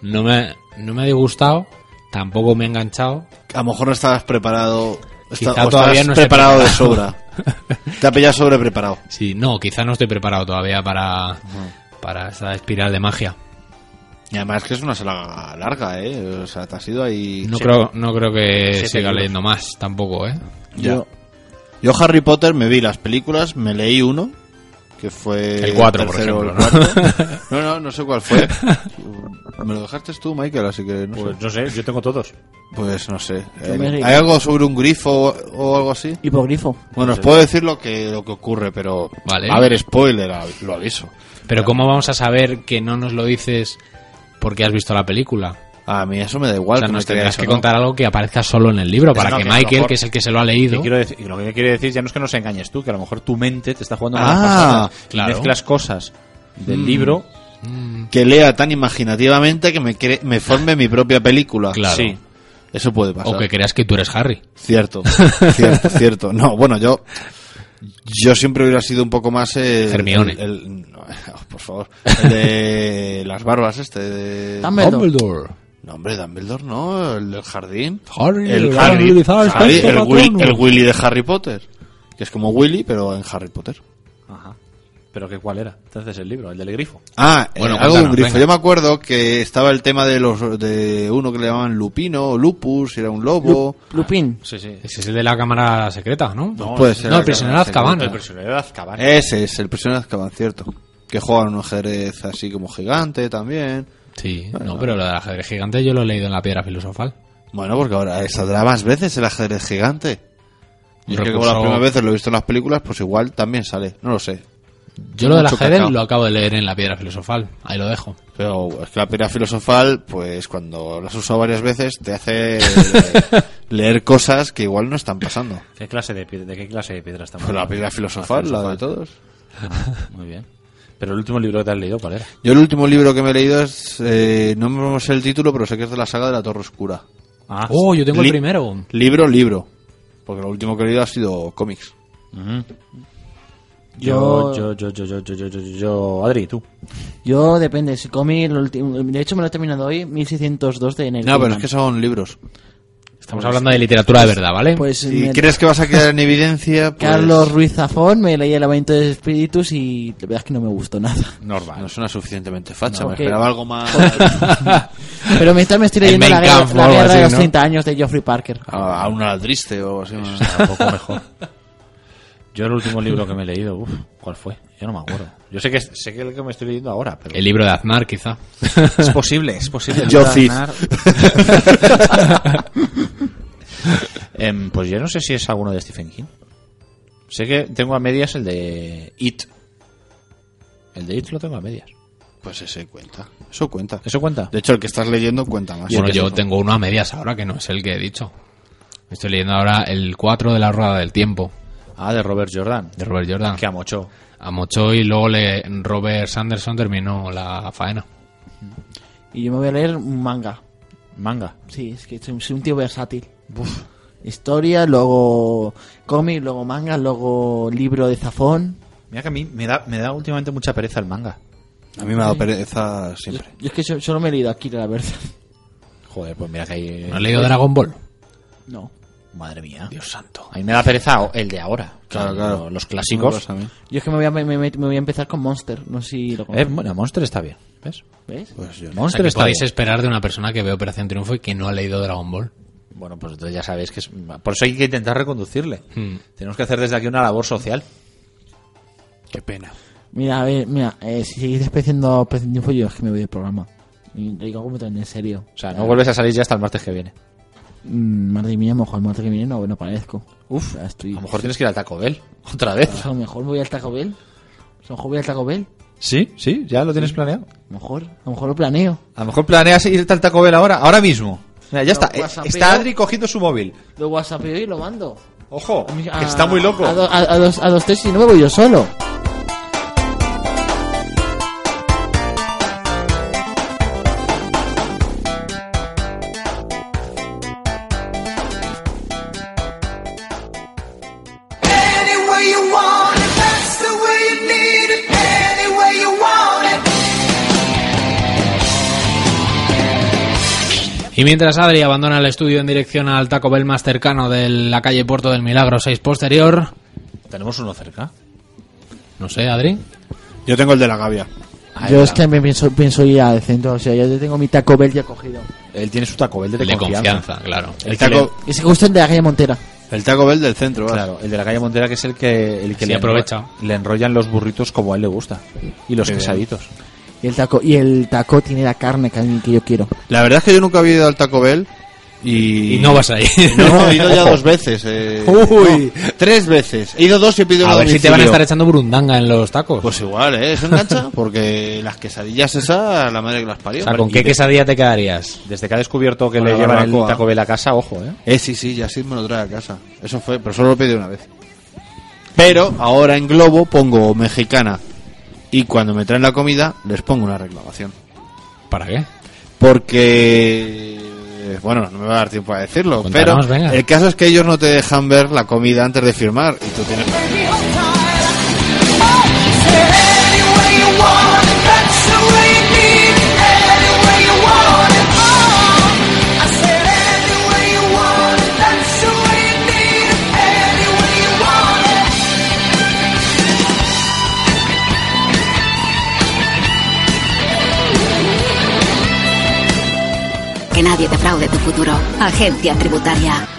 J: no me, no me ha disgustado, tampoco me ha enganchado.
H: A lo mejor no estabas preparado.
J: Quizá
H: esta- o
J: todavía
H: estabas
J: no esté
H: preparado de
J: preparado.
H: sobra. Te ha pillado sobre preparado.
J: Sí, no, quizá no estoy preparado todavía para, para esa espiral de magia.
H: Y además que es una saga larga, ¿eh? O sea, te has ido ahí...
J: No, creo, no creo que
G: Siete
J: siga
G: libros.
J: leyendo más tampoco, ¿eh?
H: Ya. Yo Harry Potter me vi las películas, me leí uno, que fue...
J: El cuatro, por
H: tercero o el
J: ejemplo, ¿no? <laughs>
H: cuarto. ¿no? no, no, sé cuál fue. Me lo dejaste tú, Michael, así que no sé.
G: Pues no sé, yo tengo todos.
H: Pues no sé.
I: Yo
H: Eh,
I: me leí-
H: ¿Hay algo sobre un grifo o, o algo así?
I: Hipogrifo.
H: Bueno, os puedo decir lo que, lo que ocurre, pero...
J: Pues Vale.
H: va A ver, spoiler, av- lo aviso.
J: Pero ¿cómo vamos a saber que no nos lo dices porque has visto la película?
H: A mí eso me da
J: O
H: igual.
J: sea,
H: que no
J: nos
H: te
J: tendrás
H: creas o
J: que
H: no.
J: contar algo que aparezca solo en el libro para
G: no,
J: que
G: que a lo
J: Michael,
G: mejor-
J: que es el que se lo ha
G: Y
J: leído,
G: quiero decir- y lo que yo quiero decir ya no es que nos engañes tú, que a lo mejor tu mente te está jugando
H: Ah,
G: malas pasadas. Y
J: claro.
G: Mezclas cosas del libro.
H: que lea tan imaginativamente que me, cre- me forme mi propia película.
J: Claro.
H: Sí. Eso puede pasar.
J: o que creas que tú eres Harry.
H: Cierto, cierto, cierto. No, bueno, yo Yo siempre hubiera sido un poco más eh, el.
J: Hermione.
H: el- el- no, <laughs> por favor. El de las barbas, este.
G: Eh,
H: De...
J: Dumbledore.
H: No, hombre, Dumbledore no, el del jardín.
J: Harry,
H: el
J: el
H: Harry,
J: Harry, ¿sabes?
H: Harry,
J: Tanto
H: el, Willy,
J: patrono.
H: el Willy de Harry Potter. Que es como Willy, pero en Harry Potter.
G: Ajá. ¿Pero qué cuál era? Entonces el libro, el del grifo.
H: Ah,
G: Bueno,
H: eh, algo de un
G: cuéntanos,
H: grifo.
G: venga.
H: Yo me acuerdo que estaba el tema de los de uno que le llamaban Lupino, o Lupus, era un lobo.
I: Lupin.
G: Sí, sí.
J: Ese es el de la cámara secreta, ¿no?
H: No, puede ser.
J: No, el prisionero de Azkaban.
G: El prisionero de Azkaban.
H: Ese es, el prisionero de Azkaban, cierto. Que juegan un ajedrez así como gigante también.
J: Sí, no, pero lo del ajedrez gigante yo lo he leído en la piedra filosofal.
H: Bueno, porque ahora saldrá más veces el ajedrez gigante. Yo creo que como las
J: Recurso-
H: primeras veces lo he visto en las películas, pues igual también sale. No lo sé.
J: Yo lo del
H: Mucho
J: ajedrez
H: cacao.
J: lo acabo de leer en la piedra filosofal. Ahí lo dejo.
H: Pero es que la piedra filosofal, pues cuando la has usado varias veces, te <laughs> hace eh, leer cosas que igual no están pasando.
G: ¿Qué clase de, pied- ¿De qué clase de piedra estamos
H: Pues la
G: hablando?
H: piedra filosofal, la de todos.
G: Ah, muy bien. Pero el último libro que te has leído, ¿cuál era?
H: Yo el último libro que me he leído es, eh, no me sé el título, pero sé que es de la saga de la Torre Oscura.
G: Ah.
J: Oh, yo tengo el primero.
H: Libro, libro. Porque lo último que he leído ha sido cómics.
G: Yo,
I: Yo-
G: yo, yo, yo, yo, yo, yo, yo, yo- Adri, tú.
I: Yo depende, si comí el último. De hecho, me lo he terminado hoy, 1602 de enero.
H: No, pero es que son libros.
G: Pues
J: Estamos hablando de literatura de verdad, ¿vale?
I: Pues
H: Si
I: me-
H: crees que vas a quedar en evidencia, pues,
I: <laughs> Carlos Ruiz Zafón, me leí El Lamento de Espíritus y la verdad es que no me gustó nada. <laughs>
H: Normal. Ah, No suena suficientemente facha,
I: No,
H: me
I: porque-
H: esperaba algo más.
I: Pero mientras me estoy
H: El
I: leyendo
H: Mein
I: la, guerra-
H: Kampf o
I: la
H: algo
I: guerra
H: así,
I: de los
H: ¿no?
I: 30 años de Geoffrey Parker.
H: A, a una triste o algo así. ¿no?
G: Un poco mejor. Yo el último libro que me he leído, uf, ¿cuál fue? Yo no me acuerdo. Yo sé que sé que el que me estoy leyendo ahora, pero
J: El libro de Aznar, quizá.
K: Es posible, es posible.
G: Yo
K: Cid.
G: <laughs> Em, pues yo no sé si es alguno de Stephen King. Sé que tengo a medias el de It. El de It lo tengo a medias.
H: Pues ese cuenta. Eso cuenta.
G: ¿Eso cuenta?
H: De hecho, el que estás leyendo cuenta más.
J: Bueno,
H: Porque
J: yo
H: eso-
J: tengo uno a medias ahora que no es el que he dicho. Estoy leyendo ahora el 4 de la rueda del tiempo
G: Ah, de Robert Jordan.
J: de Robert Jordan.
G: Que amochó.
J: Amochó y luego le- Robert Sanderson terminó la faena.
I: Y yo me voy a leer un manga.
G: Manga.
I: Sí, es que soy, soy un tío versátil. Historia, luego cómic, luego manga, luego libro de Zafón.
G: Mira que a mí me da, me da últimamente mucha pereza el manga.
H: A mí me ha dado pereza siempre.
I: Yo es que so- solo me he leído Akira, la verdad. <laughs>
G: Joder, pues mira que hay...
J: ¿No has
H: Eh,
J: leído Dragon Ball?
I: No.
G: Madre mía.
J: Dios santo.
G: A mí me da pereza o- el de ahora.
H: Claro,
G: O sea,
H: claro.
G: lo- Los
H: No me
G: clásicos.
H: pasa a mí.
I: Yo es que me voy a, me, me- me voy a empezar con Monster. No sé si lo
G: Eh,
I: conoces.
G: bueno, Monster está bien. ¿Ves?
I: ¿Ves?
H: Pues yo no.
J: O sea,
G: Monster
J: ¿qué
G: está
J: podéis
G: bien.
J: esperar de una persona que ve Operación Triunfo y que no ha leído Dragon Ball?
G: Bueno, pues entonces ya sabéis que es... Por eso hay que intentar reconducirle.
J: Hmm.
G: Tenemos que hacer desde aquí una labor social.
H: Qué pena.
I: Mira, a ver, mira, eh, si seguís despreciando Operación Triunfo, yo es que me voy del programa. Y lo digo completamente en serio.
G: O sea, no vuelves a salir ya hasta el martes que viene.
I: Mm, Madre mía, a lo mejor el martes que viene no, no aparezco.
G: Uf,
I: Ya estoy.
G: a lo mejor tienes que ir al Taco Bell. <laughs> ¿Otra vez?
I: Pues a lo mejor voy al Taco Bell. A lo mejor voy al Taco Bell.
G: Sí, sí, ya lo tienes planeado.
I: A lo mejor, a lo mejor lo planeo.
G: A lo mejor planeas irte al Taco Bell ahora, ahora mismo. Mira, ya
I: Pero
G: está. eh,
I: WhatsApp,
G: Está
I: ¿no?
G: Adri cogiendo su móvil.
I: Lo WhatsApp y lo mando.
G: Ojo,
I: A mí-
G: que
I: a-
G: está muy loco.
J: Ah.
I: A, do- a, a dos, a dos tres y no me voy yo solo.
F: Any way you want it, that's the way you need it. Any way you want it.
J: Y mientras Adri abandona el estudio en dirección al Taco Bell más cercano de la calle Puerto del Milagro 6 posterior...
G: Tenemos uno cerca.
J: No sé, Adri.
H: Yo tengo el de la Gavia.
I: yo es que me pienso, pienso ir al centro. O sea, yo tengo mi Taco Bell ya cogido.
G: Él tiene su Taco Bell de,
J: El de
G: confianza.
J: confianza, claro.
H: El taco,
I: Y se gusta el de la calle Montera.
H: el taco Bell del centro, vas.
G: Claro, el de la calle Montera que es el que, el que
J: Sí,
G: le, enro-
J: aprovecha.
G: le enrollan los burritos como a él le gusta. Y los
H: Qué bien.
G: quesaditos.
I: Y el taco, y el taco tiene la carne que, a mí- que yo quiero.
H: La verdad es que yo nunca había ido al Taco Bell y...
J: Y no vas ahí.
H: No, <laughs> no, he ido ya
G: Ojo.
H: dos veces. eh. No,
G: Uy.
H: tres veces. He ido dos y he pedido
J: A
H: una
J: ver si te van a
H: domicilio.
J: estar echando burundanga en los tacos.
H: Pues igual, ¿eh? ¿Eso engancha? Porque las quesadillas esas, la madre que las parió.
J: o sea, ¿con
G: y
J: qué
G: de-
J: quesadilla te quedarías?
G: Desde que ha descubierto que
H: Con
G: le
H: la
G: llevan el
H: barbacoa.
G: Taco Bell a casa, ojo, eh.
H: Eh, sí, sí, ya sí me lo trae a casa. Eso fue, pero solo lo pedí una vez. Pero ahora en Globo pongo mexicana. Y cuando me traen la comida, les pongo una reclamación.
J: ¿Para qué?
H: Porque. Bueno, no me va a dar tiempo a decirlo,
J: Cuéntanos,
H: pero
J: venga.
H: el caso es que ellos no te dejan ver la comida antes de firmar y tú tienes.
L: Baby, oh,
F: Any way you want it, that's the way you need it. Any way you want it, oh. I said any way you want it, that's the way you need it. Any way you want it.
N: Que nadie defraude tu futuro. Agencia Tributaria.